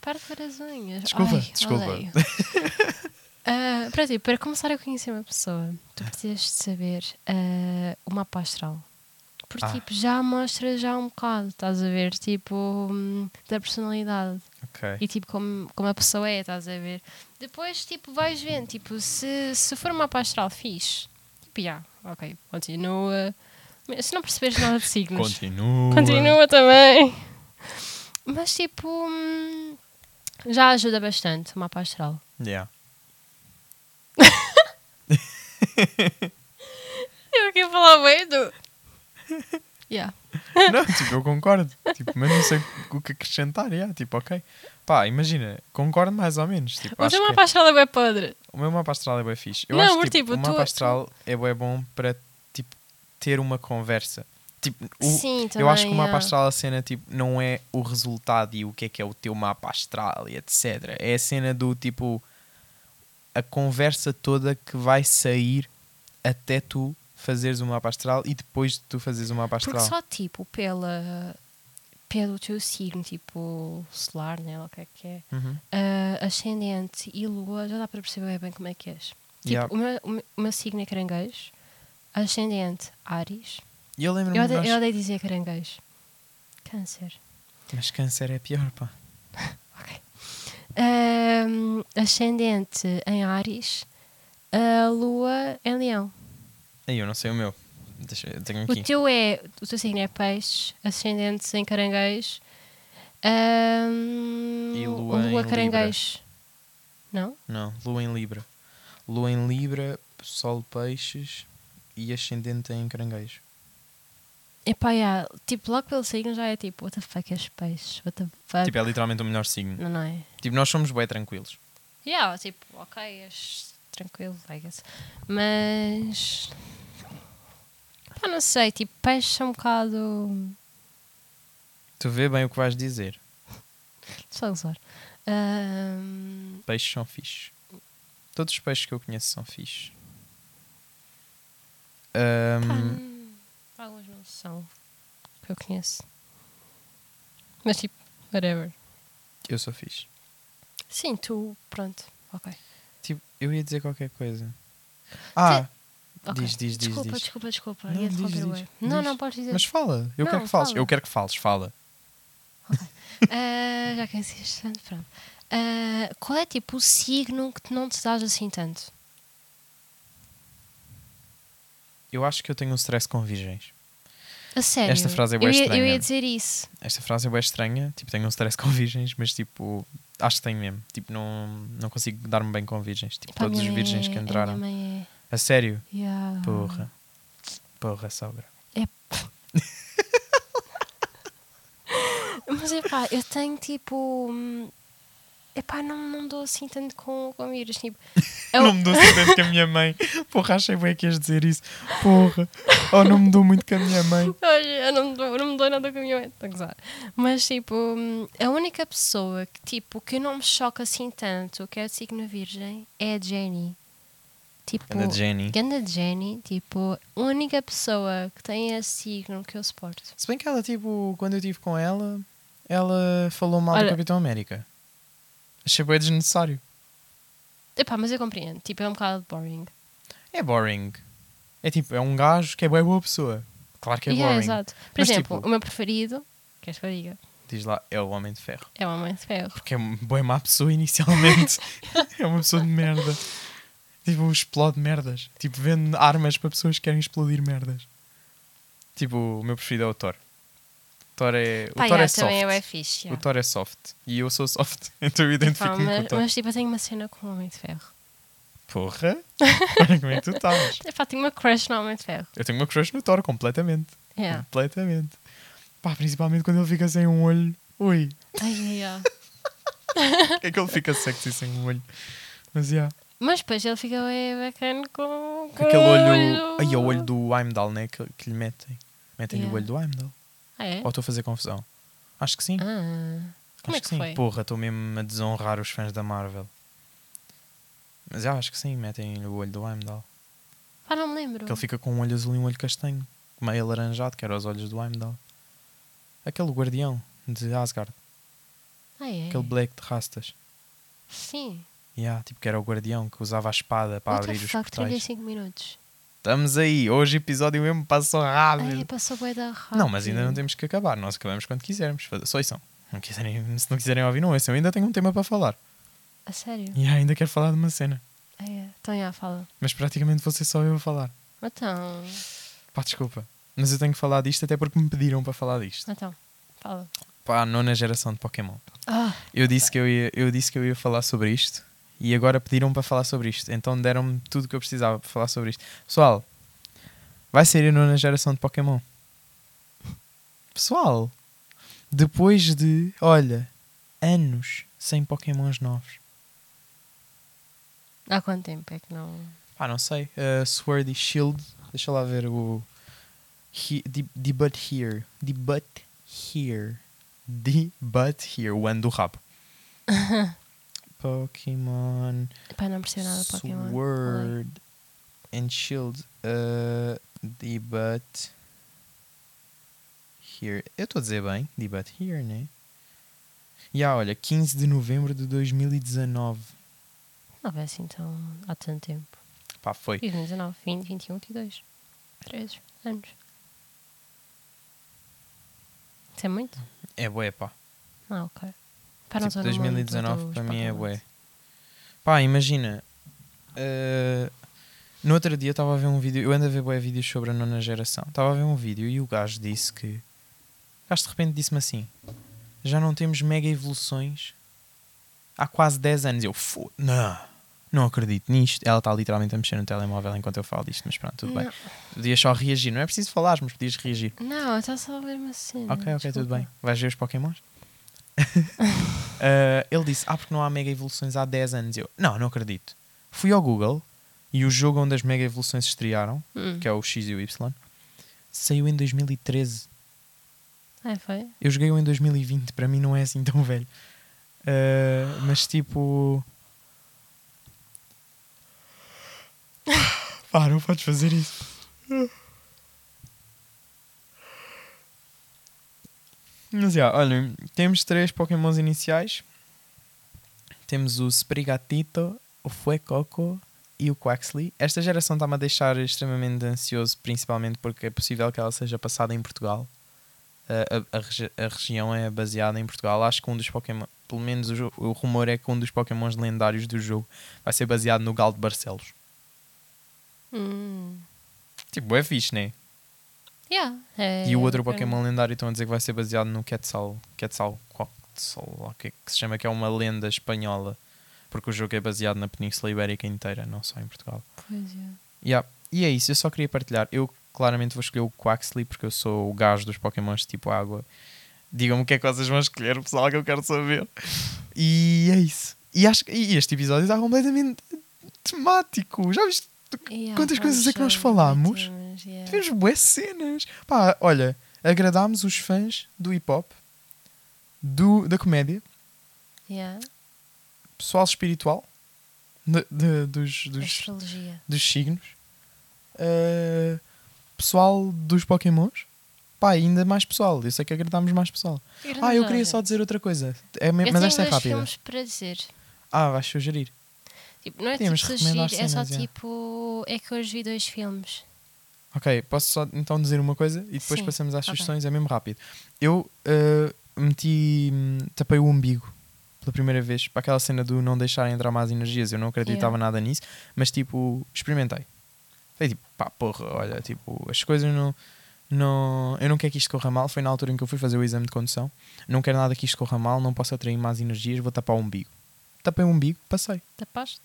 Para de ver as unhas.
Desculpa,
Ai,
desculpa.
odeio. [LAUGHS] Ah, para ti, para começar a conhecer uma pessoa, tu precisas de saber ah, o mapa astral. Porque
Ah.
tipo, já mostra já um bocado, estás a ver, tipo, hum, da personalidade
Ok.
e tipo como, como a pessoa é, estás a ver. Depois tipo vais vendo, tipo, se, se for um mapa astral fixe, tipo, já, ok, continua. Mas se não perceberes nada de signos,
Continua.
Continua também. Mas tipo, hum, já ajuda bastante o mapa astral.
Yeah.
Eu aqui a falar medo. Yeah.
[LAUGHS] Não, tipo, eu concordo. Tipo, mas não sei o que acrescentar. Yeah, tipo, ok. Pá, imagina, concordo mais ou menos. Tipo,
Mas
acho
o
que
mapa astral é bem podre.
o meu mapa astral é bem fixe. Eu
Não,
acho que
porque,
tipo, o
tipo, tu-
mapa astral é bem bom para tipo, ter uma conversa. Tipo, o-
Sim, também.
eu acho que o mapa
yeah.
astral, a cena, tipo, não é o resultado e o que é que é o teu mapa astral e etc. É a cena do tipo, a conversa toda que vai sair até tu fazeres o mapa astral e depois de tu fazeres o mapa
Porque
astral.
só tipo, pela, pelo teu signo, tipo, solar, né? ou O que é que é?
Uhum.
ah, ascendente e lua, já dá para perceber bem como é que és. Tipo,
Yeah.
o, meu, o meu- o meu signo é caranguejo, ascendente, Ares.
E eu lembro-me,
Eu
de nós-
odeio, eu odeio dizer caranguejo. Câncer.
mas câncer é pior, pá.
Ok. Ahm, Ah, ascendente em Ares, a Lua em Leão.
Aí eu não sei o meu. Deixa, eu tenho
O
aqui.
teu é, o teu signo é peixe, ascendente em caranguejo, ahm,
E Lua em Libra.
caranguejo. Não?
Não, lua em Libra. Lua em Libra, sol peixes e ascendente em caranguejo.
Epá, yeah, tipo, logo pelo signo já é tipo, what the fuck és peixe, what the fuck.
Tipo, é literalmente o melhor signo.
Não, não é?
Tipo, nós somos bem tranquilos.
Yeah, tipo, ok, és tranquilo, I guess. Mas. Pá, não sei, tipo, peixes são um bocado.
Tu vê bem o que vais dizer.
Só usar. Ahm,
Peixes são fixes. Todos os peixes que eu conheço são fixes.
pá,
Ahm,
hum, alguns não são que eu conheço. Mas tipo, whatever.
eu sou fixe.
Sim, tu, pronto, ok.
Tipo, eu ia dizer qualquer coisa. Ah,
ok.
diz, diz, diz,
desculpa,
diz.
desculpa, desculpa,
Não,
ia
diz,
interromper o
diz,
Wei. Não,
diz.
não podes dizer.
Mas fala. Eu
Não,
quero que fales.
fala.
Eu quero que fales. Fala.
[LAUGHS] Ah, já que insistes tanto, pronto. Ah, qual é tipo o signo que tu não te dás assim tanto?
Eu acho que eu tenho um stress com virgens.
A sério?
Esta frase é bué
eu ia,
estranha.
eu ia dizer isso.
Esta frase é bem estranha. Tipo, tenho um stress [LAUGHS] com virgens, mas tipo, acho que tenho mesmo. Tipo, não, não consigo dar-me bem com virgens. Tipo,
Pá, a
todos os
minha mãe
virgens
é-
que
a minha
entraram.
mãe
A sério?
é- Yeah.
Porra. Porra, sogra.
Mas epá, eu tenho tipo. hum, Epá, não, não dou assim tanto com, com vírus. Tipo, eu,
Não me dou assim tanto com a minha mãe. Porra, achei bem que ias dizer isso. Porra. Oh, não me dou muito com a minha mãe.
Olha, eu não, me dou- eu não me dou nada com a minha mãe, estou a gozar. Mas tipo, hum, a única pessoa que, tipo, que não me choca assim tanto, que é de signo virgem, é a Jenny. Tipo,
Anda Jenny.
Ganda Jenny, tipo, a única pessoa que tem esse signo que eu suporto.
Se bem que ela, tipo, quando eu estive com ela, ela falou mal do
Olha-
Capitão América. Achei bem desnecessário.
Epá, mas eu compreendo, tipo, é um bocado boring.
É boring. É tipo, é um gajo que é bem boa pessoa. Claro que é
Yeah,
boring.
exato. Por
Mas,
exemplo,
tipo-
o meu preferido, queres que eu diga?
Diz lá, é o Homem de Ferro.
É o Homem de Ferro.
Porque é uma bem má pessoa
[LAUGHS]
inicialmente. é uma pessoa de merda. Tipo, explode merdas. Tipo, vende armas para pessoas que querem explodir merdas. Tipo, o meu preferido é o Thor. Thor é, o
Pá,
Thor
yeah,
é soft.
também é bué
O
fixe. yeah.
Thor é soft. E eu sou soft. [LAUGHS] Então eu
Pá,
identifico-me com o
mas,
Thor.
mas, tipo, eu tenho uma cena com o Homem de Ferro. [LAUGHS]
Porra! Olha como é que tu estás.
Epá, tenho uma crush no Homem de Ferro.
Eu tenho uma crush no Thor, completamente.
Yeah.
Completamente. Pá, principalmente quando ele fica sem um olho. Ui,
Ai, ai, ai.
é que ele fica sexy sem um olho. Mas, yeah.
Mas depois ele fica bem bacana com, com
Aquele
o
olho. Aí é o olho do Heimdall, né? Que, que lhe metem. Metem-lhe o
Yeah.
olho do Heimdall.
Ah, é?
Ou estou a fazer confusão? Acho que sim.
Ah,
acho
como é que
sim.
foi?
Porra, estou mesmo a desonrar os fãs da Marvel. Mas eu acho que sim, metem-lhe o olho do Heimdall.
Ah, não me lembro.
Que ele fica com um olho azul e um olho castanho. Meio alaranjado, que era os olhos do Heimdall. Aquele guardião de Asgard.
Ah, é?
Aquele Blake de rastas.
Sim.
Yeah, tipo que era o guardião que usava a espada para
What the
abrir os
fuck,
portais.
35 minutos.
Estamos aí, hoje o episódio mesmo passou rápido.
Ai, é passou bué da rápido.
Ah, Não, mas ainda não temos que acabar. Nós acabamos quando quisermos. Faz- Só isso. Não quiserem, se não quiserem ouvir, não ouçam. Eu ainda tenho um tema para falar.
A sério?
E ainda quero falar de uma cena.
Ah, é. Então, já, fala.
Mas praticamente vou ser só eu a falar.
Então,
Pá, desculpa. Mas eu tenho que falar disto até porque me pediram para falar disto.
então, fala.
Pá, a nona geração de Pokémon.
Ah,
Eu disse que eu ia, eu disse que eu ia falar sobre isto e agora pediram para falar sobre isto. Então deram-me tudo o que eu precisava para falar sobre isto. Pessoal, vai sair a nona geração de Pokémon. Pessoal, depois de, olha, anos sem Pokémons novos.
há quanto tempo é que não...
Ah, não sei. Uh, Sword e Shield. Deixa lá ver o. He, de- debut here. Debut here. Debut here. O ano do rabo. Pokémon.
Pá, não percebo nada do Pokémon. Falei.
Sword and Shield. Uh, debut here. Eu estou a dizer bem. Debut here, né? E yeah, olha, 15 de novembro de 2019.
Não vai assim tão... Há tanto tempo.
Pá, foi.
2019, 20, 21, 22, 13 anos. Isso é muito?
É bué, pá.
Ah, ok. Pá, não
Tipo,
sou no mundo
2019
dos
para mim é
Pokémons.
bué. Pá, imagina. eh, no outro dia estava a ver um vídeo. Eu ando a ver bué vídeos sobre a nona geração. Estava a ver um vídeo e o gajo disse que. O gajo de repente disse-me assim: Já não temos mega evoluções há quase 10 anos. Eu, foda não, não acredito nisto. Ela está literalmente a mexer no telemóvel enquanto eu falo disto, mas pronto, tudo bem.
Não.
Podias só reagir, não é preciso falar, mas podias reagir.
Não, eu estava só a ver uma cena.
Ok, ok, tudo
Hum, desculpa.
bem. Vais ver os Pokémons? [LAUGHS] Uh, ele disse: Ah, porque não há mega evoluções há 10 anos. Eu, não, não acredito. Fui ao Google e o jogo onde as mega evoluções se estrearam,
Hum.
que é o X e o Y, saiu em 2013.
Ah, foi?
Eu joguei o em 2020, para mim não é assim tão velho. Uh, mas tipo. [LAUGHS] Pá, não podes fazer isso. Mas já, olhem, temos três Pokémons iniciais: temos o Sprigatito, o Fuecoco e o Quaxly. Esta geração está-me a deixar extremamente ansioso, principalmente porque é possível que ela seja passada em Portugal. A, a- a regi- a região é baseada em Portugal. Acho que um dos Pokémon, pelo menos o, jo- o rumor é que um dos Pokémons lendários do jogo vai ser baseado no Galo de Barcelos.
Hum.
Tipo, é fixe, né?
Yeah, é-
E o outro
para
Pokémon
mim.
lendário estão a dizer que vai ser baseado no Quetzal. Quetzal, Quetzal, o que é que se chama? Que é uma lenda espanhola. Porque o jogo é baseado na Península Ibérica inteira, não só em Portugal.
Pois é.
Yeah. E é isso, eu só queria partilhar. Eu claramente vou escolher o Quaxly porque eu sou o gajo dos Pokémons tipo água. Digam-me o que é que vocês vão escolher, pessoal, que eu quero saber. E é isso. E, acho, que- e este episódio está completamente temático. Já viste?
Yeah,
Quantas coisas é que nós
só
falámos?
temos, yeah.
Tivemos boas cenas. Pá, olha, agradámos os fãs do hip hop, do, da comédia,
Yeah.
pessoal espiritual, de- de- dos, dos,
Astrologia.
dos signos, uh, pessoal dos Pokémons, pá, ainda mais pessoal. Eu sei que agradámos mais pessoal. Ah, eu queria só dizer outra coisa, é, me-
Eu
mas
tenho
esta é
dois
rápida.
filmes para dizer.
Ah, vais sugerir.
Tipo, não é
Temos de
tipo
recomendar
sugerir, é só
cenas, yeah.
tipo. É que hoje vi dois filmes.
Ok, posso só então dizer uma coisa e depois
Sim,
passamos às
ok.
sugestões, é mesmo rápido. Eu uh, meti, hum, tapei o umbigo pela primeira vez para aquela cena do não deixar entrar mais energias. Eu não acreditava
Yeah.
nada nisso, mas tipo, experimentei. Foi tipo, pá, porra, olha, tipo, as coisas não. não eu não quero que isto corra mal. Foi na altura em que eu fui fazer o exame de condução. Não quero nada que isto corra mal, não posso atrair mais energias, vou tapar o umbigo. Tapei o umbigo, passei.
Tapaste?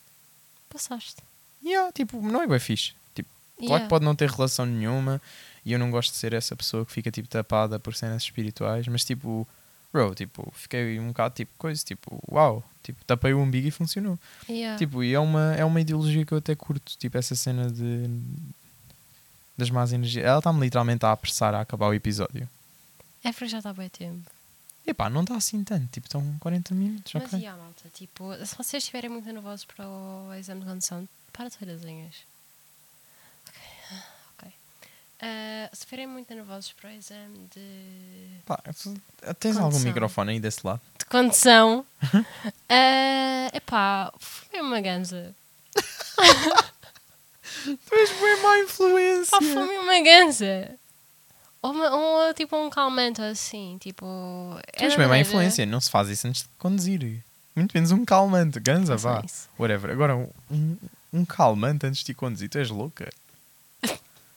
Passaste.
Yeah, tipo, não é bem fixe. Tipo, Claro
Yeah.
que pode não ter relação nenhuma e eu não gosto de ser essa pessoa que fica tipo tapada por cenas espirituais, mas tipo, bro, tipo, fiquei um bocado tipo coisa, tipo, uau, tipo, tapei o umbigo e funcionou.
Yeah.
Tipo, e é uma, é uma ideologia que eu até curto, tipo, essa cena de das más energias. Ela está-me literalmente a apressar a acabar o episódio.
É porque já está bem tempo.
E pá, não está assim tanto, tipo, estão 40 minutos,
Mas
ok.
e a malta, tipo, se vocês estiverem muito nervosos para o exame de condução, para de fazer as unhas. Ok. [SIGHS] ok. Ah, se estiverem muito nervosos para o exame de,
Pá, tens algum
Condição.
microfone aí desse lado? [LAUGHS]
de condução, Ah, epá, foi uma ganza.
Tu és bem má influência.
Pá, foi uma ganza. Ou, uma- ou tipo um calmante assim, tipo.
Tu és
era
bem má
maneira.
influência. Não se faz isso antes de conduzir. Muito menos um calmante. Ganza,
Façam
vá.
isso. [LAUGHS]
Whatever. Agora, um- um, um calmante antes de ir conduzir. Tu és louca.
[LAUGHS]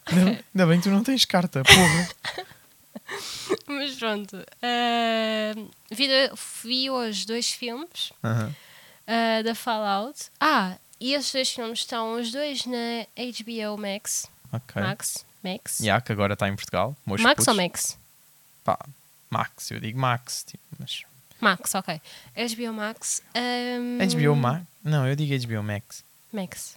Ainda, ainda bem que tu não tens carta, porra.
Mas pronto. ah, vi, do- vi hoje dois filmes
Aham.
ah, da Fallout. Ah, e esses dois filmes estão os dois na HBO Max.
Ok.
Max? Max?
Já que agora está em Portugal. Meus
Max
É? putos.
ou Max?
Pá, Max. Eu digo Max. Tipo, mas...
Max, ok. HBO Max. ahm,
HBO Max? Não, eu digo HBO Max.
Max.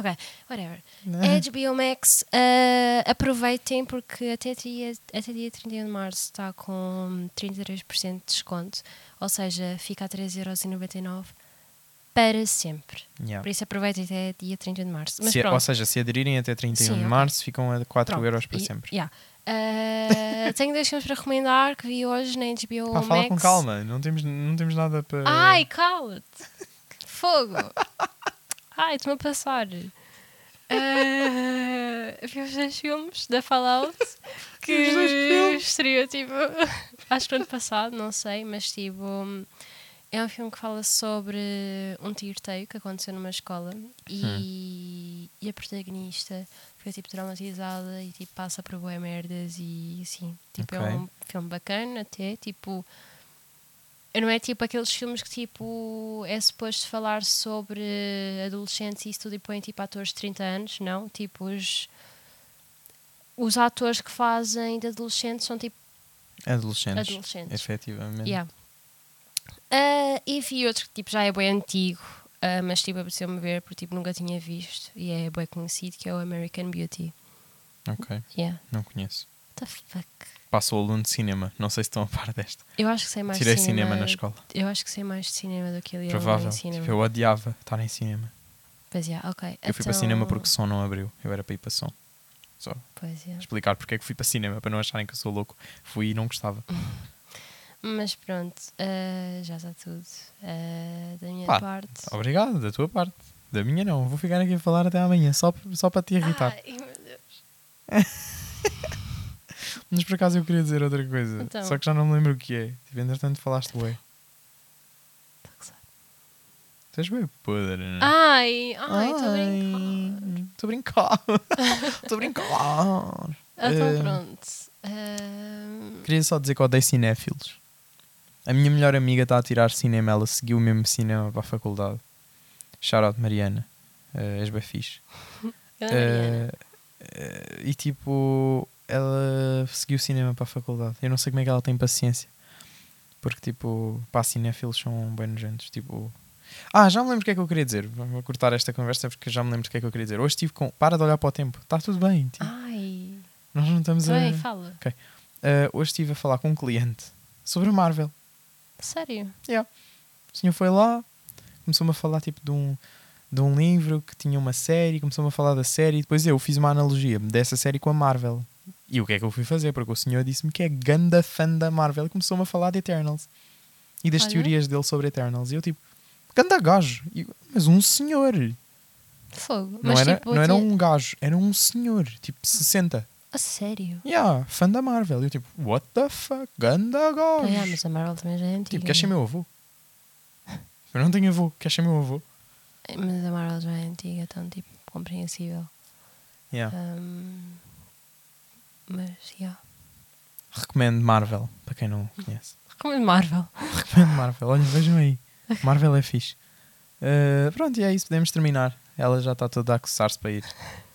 Ok,
[LAUGHS]
whatever.
Não.
HBO Max, ah, aproveitem porque até dia, até dia 31 de março está com 33% de desconto, ou seja, fica a 3,99€ para sempre.
Yeah.
Por isso aproveitem até dia 31 de março. Mas
Ah. Se- é-
pronto.
ou seja, se aderirem até 31
Sim,
de
ok.
março, ficam a 4
pronto.
euros para
E-
sempre.
yeah. Ah, tenho dois filmes para recomendar que vi hoje na HBO
Pá,
Max.
fala com calma, não temos, não temos nada para.
Ai, cala-te! Fogo! Ai, estou-me a passar. Ah, vi os dois filmes da Fallout
Os dois
que
filmes.
estreou tipo. Acho que no ano passado, não sei, mas tipo. É um filme que fala sobre um tiroteio que aconteceu numa escola e, e a protagonista foi tipo traumatizada e tipo passa por boé merdas e assim. Tipo,
Ok.
é um filme bacana até, tipo. Não é tipo aqueles filmes que tipo é suposto falar sobre adolescentes e isso tudo e põem tipo atores de 30 anos, não? Tipo, os, os atores que fazem de adolescentes são tipo
Adolescentes.
adolescentes.
Efetivamente.
Yeah. Ah, e vi outro que tipo, já é bem antigo, ah, mas tipo, apeteceu-me ver porque tipo, nunca tinha visto e é bem conhecido, que é o American Beauty.
Ok,
Yeah.
não conheço.
What the fuck?
Passou o aluno de cinema, não sei se estão a par desta.
Eu acho que sei mais
Tirei
de
cinema, na escola.
Eu acho que sei mais de cinema do que ele
Provável.
em é cinema.
Tipo, eu odiava estar em cinema.
Pois yeah, ok.
Eu fui para
Então-
cinema porque som não abriu. Eu era para ir para som. Só
Pois yeah.
explicar porque é que fui para cinema, para não acharem que eu sou louco. Fui e não
[LAUGHS]
gostava.
Mas pronto, ah, já está tudo ah, da minha
Pá,
parte.
Obrigado, da tua parte. Da minha não. Vou ficar aqui a falar até amanhã, só, só para te irritar.
Ai, meu Deus.
Mas por acaso eu queria dizer outra coisa.
Então.
Só que já não me lembro o que é. Tipo, entretanto falaste bué.
Tá a gozar.
Tu és bué podre, não é?
Ah, Ai, ai, estou a brincar.
Estou a brincar. [LAUGHS] Estou a brincar.
Então
Eh,
pronto. Ah,
Queria só dizer que odeio cinéfilos. A minha melhor amiga está a tirar cinema. Ela seguiu o mesmo cinema para a faculdade. Shout out Mariana. Eh, és bem fixe. Ah,
Ana Mariana.
Eh, eh, e tipo, ela seguiu cinema para a faculdade. Eu não sei como é que ela tem paciência. Porque, tipo, pá, cinéfilos são bem nojentos. Tipo. Ah, já me lembro o que é que eu queria dizer. Vou cortar esta conversa porque já me lembro o que é que eu queria dizer. Hoje estive com. Para de olhar para o tempo. Está tudo bem. tipo,
Ai,
Nós não estamos a.
Ah, bem, fala.
Ah, hoje estive a falar com um cliente sobre a Marvel.
Sério?
O senhor foi lá, começou-me a falar tipo de um, de um livro que tinha uma série, começou-me a falar da série, e depois eu fiz uma analogia dessa série com a Marvel. E o que é que eu fui fazer? Porque o senhor disse-me que é ganda fã da Marvel e começou-me a falar de Eternals e das
Olha.
teorias dele sobre Eternals. E eu tipo, ganda gajo, E eu, mas um senhor.
Fogo.
Não,
Mas
era,
tipo,
não era
tinha-
um gajo, era um senhor, tipo 60.
A sério?
Yeah, fã da Marvel. E eu tipo, what the fuck, ganda
Ah,
gajo.
yeah, mas a Marvel também já é antiga.
Tipo, quer ser
né?
meu avô? [LAUGHS] Eu não tenho avô, quer ser meu avô?
Mas a Marvel já é antiga, então tipo, compreensível. Ah.
Yeah.
Ahm, mas, yeah.
Recomendo Marvel, para quem não conhece. [LAUGHS]
Recomendo é [LAUGHS] Marvel.
Recomendo Marvel, olha, vejam aí. Marvel é fixe. Uh, pronto, e é isso, podemos terminar. Ela já está toda a coçar-se para ir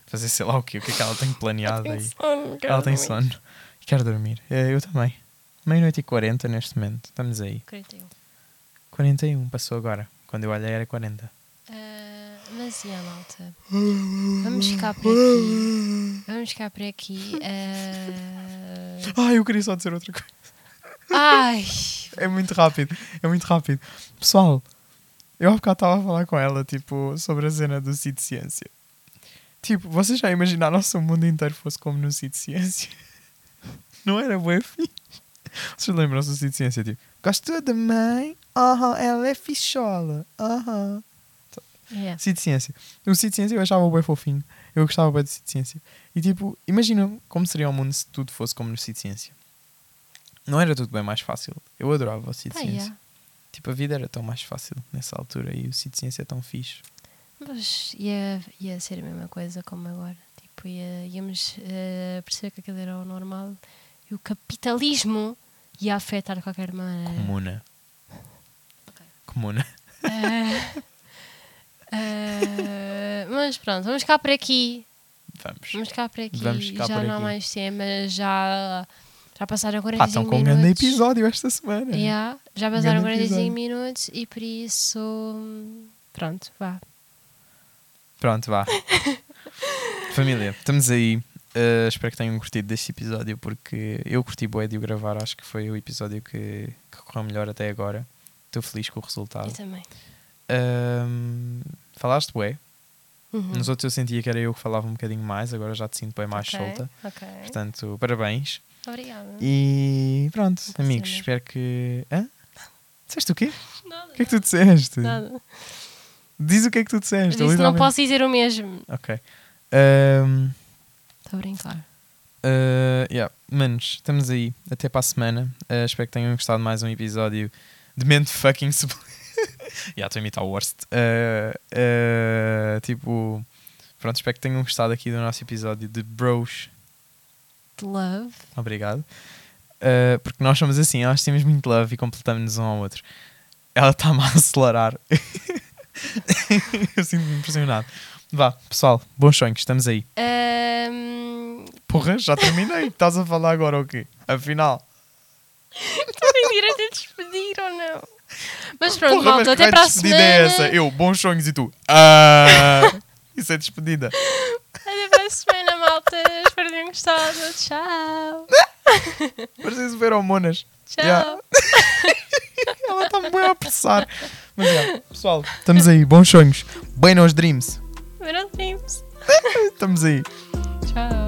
fazer sei lá o quê, o que é que ela tem planeado aí. Ela tem sono. E Quero dormir. Uh, eu também. Meia-noite e 40 neste momento, estamos aí.
41.
41 passou agora, quando eu olhei era 40.
Ah, mas, yeah, malta. Vamos ficar por aqui. Vamos ficar por aqui. [LAUGHS] ah.
Ah, eu queria só dizer outra coisa.
Ai,
É muito rápido, é muito rápido. Pessoal, eu há bocado estava a falar com ela, tipo, sobre a cena do sítio de ciência. Tipo, vocês já imaginaram se o mundo inteiro fosse como no sítio de ciência? [LAUGHS] Não era bué fixe? Vocês lembram-se do sítio de ciência, tipo, gosto da mãe, Aham, ela é fichola. Aham.
Yeah.
Cid Ciência. O Cid Ciência eu achava bem fofinho. Eu gostava bem do Cid Ciência. E tipo, imagina como seria o mundo se tudo fosse como no Cid Ciência. Não era tudo bem mais fácil. Eu adorava o Cid
Pá,
Ciência.
yeah.
Tipo, a vida era tão mais fácil nessa altura e o Cid Ciência é tão fixe.
Mas ia, ia ser a mesma coisa como agora. Tipo, ia, íamos eh, perceber que aquilo era o normal e o capitalismo ia afetar de qualquer maneira.
Comuna. Comuna. [LAUGHS]
Eh, eh, mas pronto, vamos ficar por aqui.
Vamos.
Vamos ficar por aqui.
Vamos ficar
já
por
não há
aqui.
mais temas, já, já passaram
Pá,
45
estão com um
minutos.
grande episódio esta semana.
Yeah, já passaram
Grande
45
episódio.
minutos e por isso. hum, Pronto, vá.
Pronto,
[LAUGHS]
vá. Família, estamos aí. Uh, espero que tenham curtido deste episódio porque eu curti bué de o gravar. Acho que foi o episódio que, que correu melhor até agora. Estou feliz com o resultado.
Eu também.
Um, falaste bué.
Uhum.
Nos outros eu sentia que era eu que falava um bocadinho mais. Agora já te sinto bem mais
Ok,
solta.
Ok.
Portanto, parabéns.
Obrigada.
E pronto,
Não consigo
amigos,
mesmo.
espero que... Hã? Disseste o quê?
Nada.
O que é que tu disseste?
Nada.
Diz o que é que tu
Eu
disseste.
disse, não
literalmente.
posso dizer o mesmo.
Ok. Um,
Estou a brincar.
Uh, yeah. Manos, estamos aí. Até para a semana. Uh, espero que tenham gostado de mais um episódio de Mente Fucking Sublime. [LAUGHS] yeah, estou a imitar o worst. Uh, uh, tipo, pronto, espero que tenham gostado aqui do nosso episódio de Bros.
De love.
Obrigado. Uh, porque nós somos assim, nós temos muito love e completamos-nos um ao outro. Ela está-me a acelerar. [LAUGHS] Eu sinto-me impressionado. Vá, pessoal, bons sonhos, estamos aí.
Ahm,
Porra, já terminei. Estás a falar agora o quê? Afinal.
Tem direito a é despedir ou não? Mas pronto,
Porra, mas
malta,
que
até
raio
para a
de despedida
semana.
é essa? Eu, bons sonhos e tu. Ah, [LAUGHS] isso é despedida.
Até para a semana, malta. Espero que tenham gostado. Tchau.
Pareces ver hormonas.
Tchau.
[LAUGHS] Yeah. Ela está-me bem a apressar. Mas já,
[LAUGHS]
pessoal, estamos aí. Bons sonhos. Buenos dreams. [LAUGHS]
Buenos dreams.
Estamos aí.
Tchau.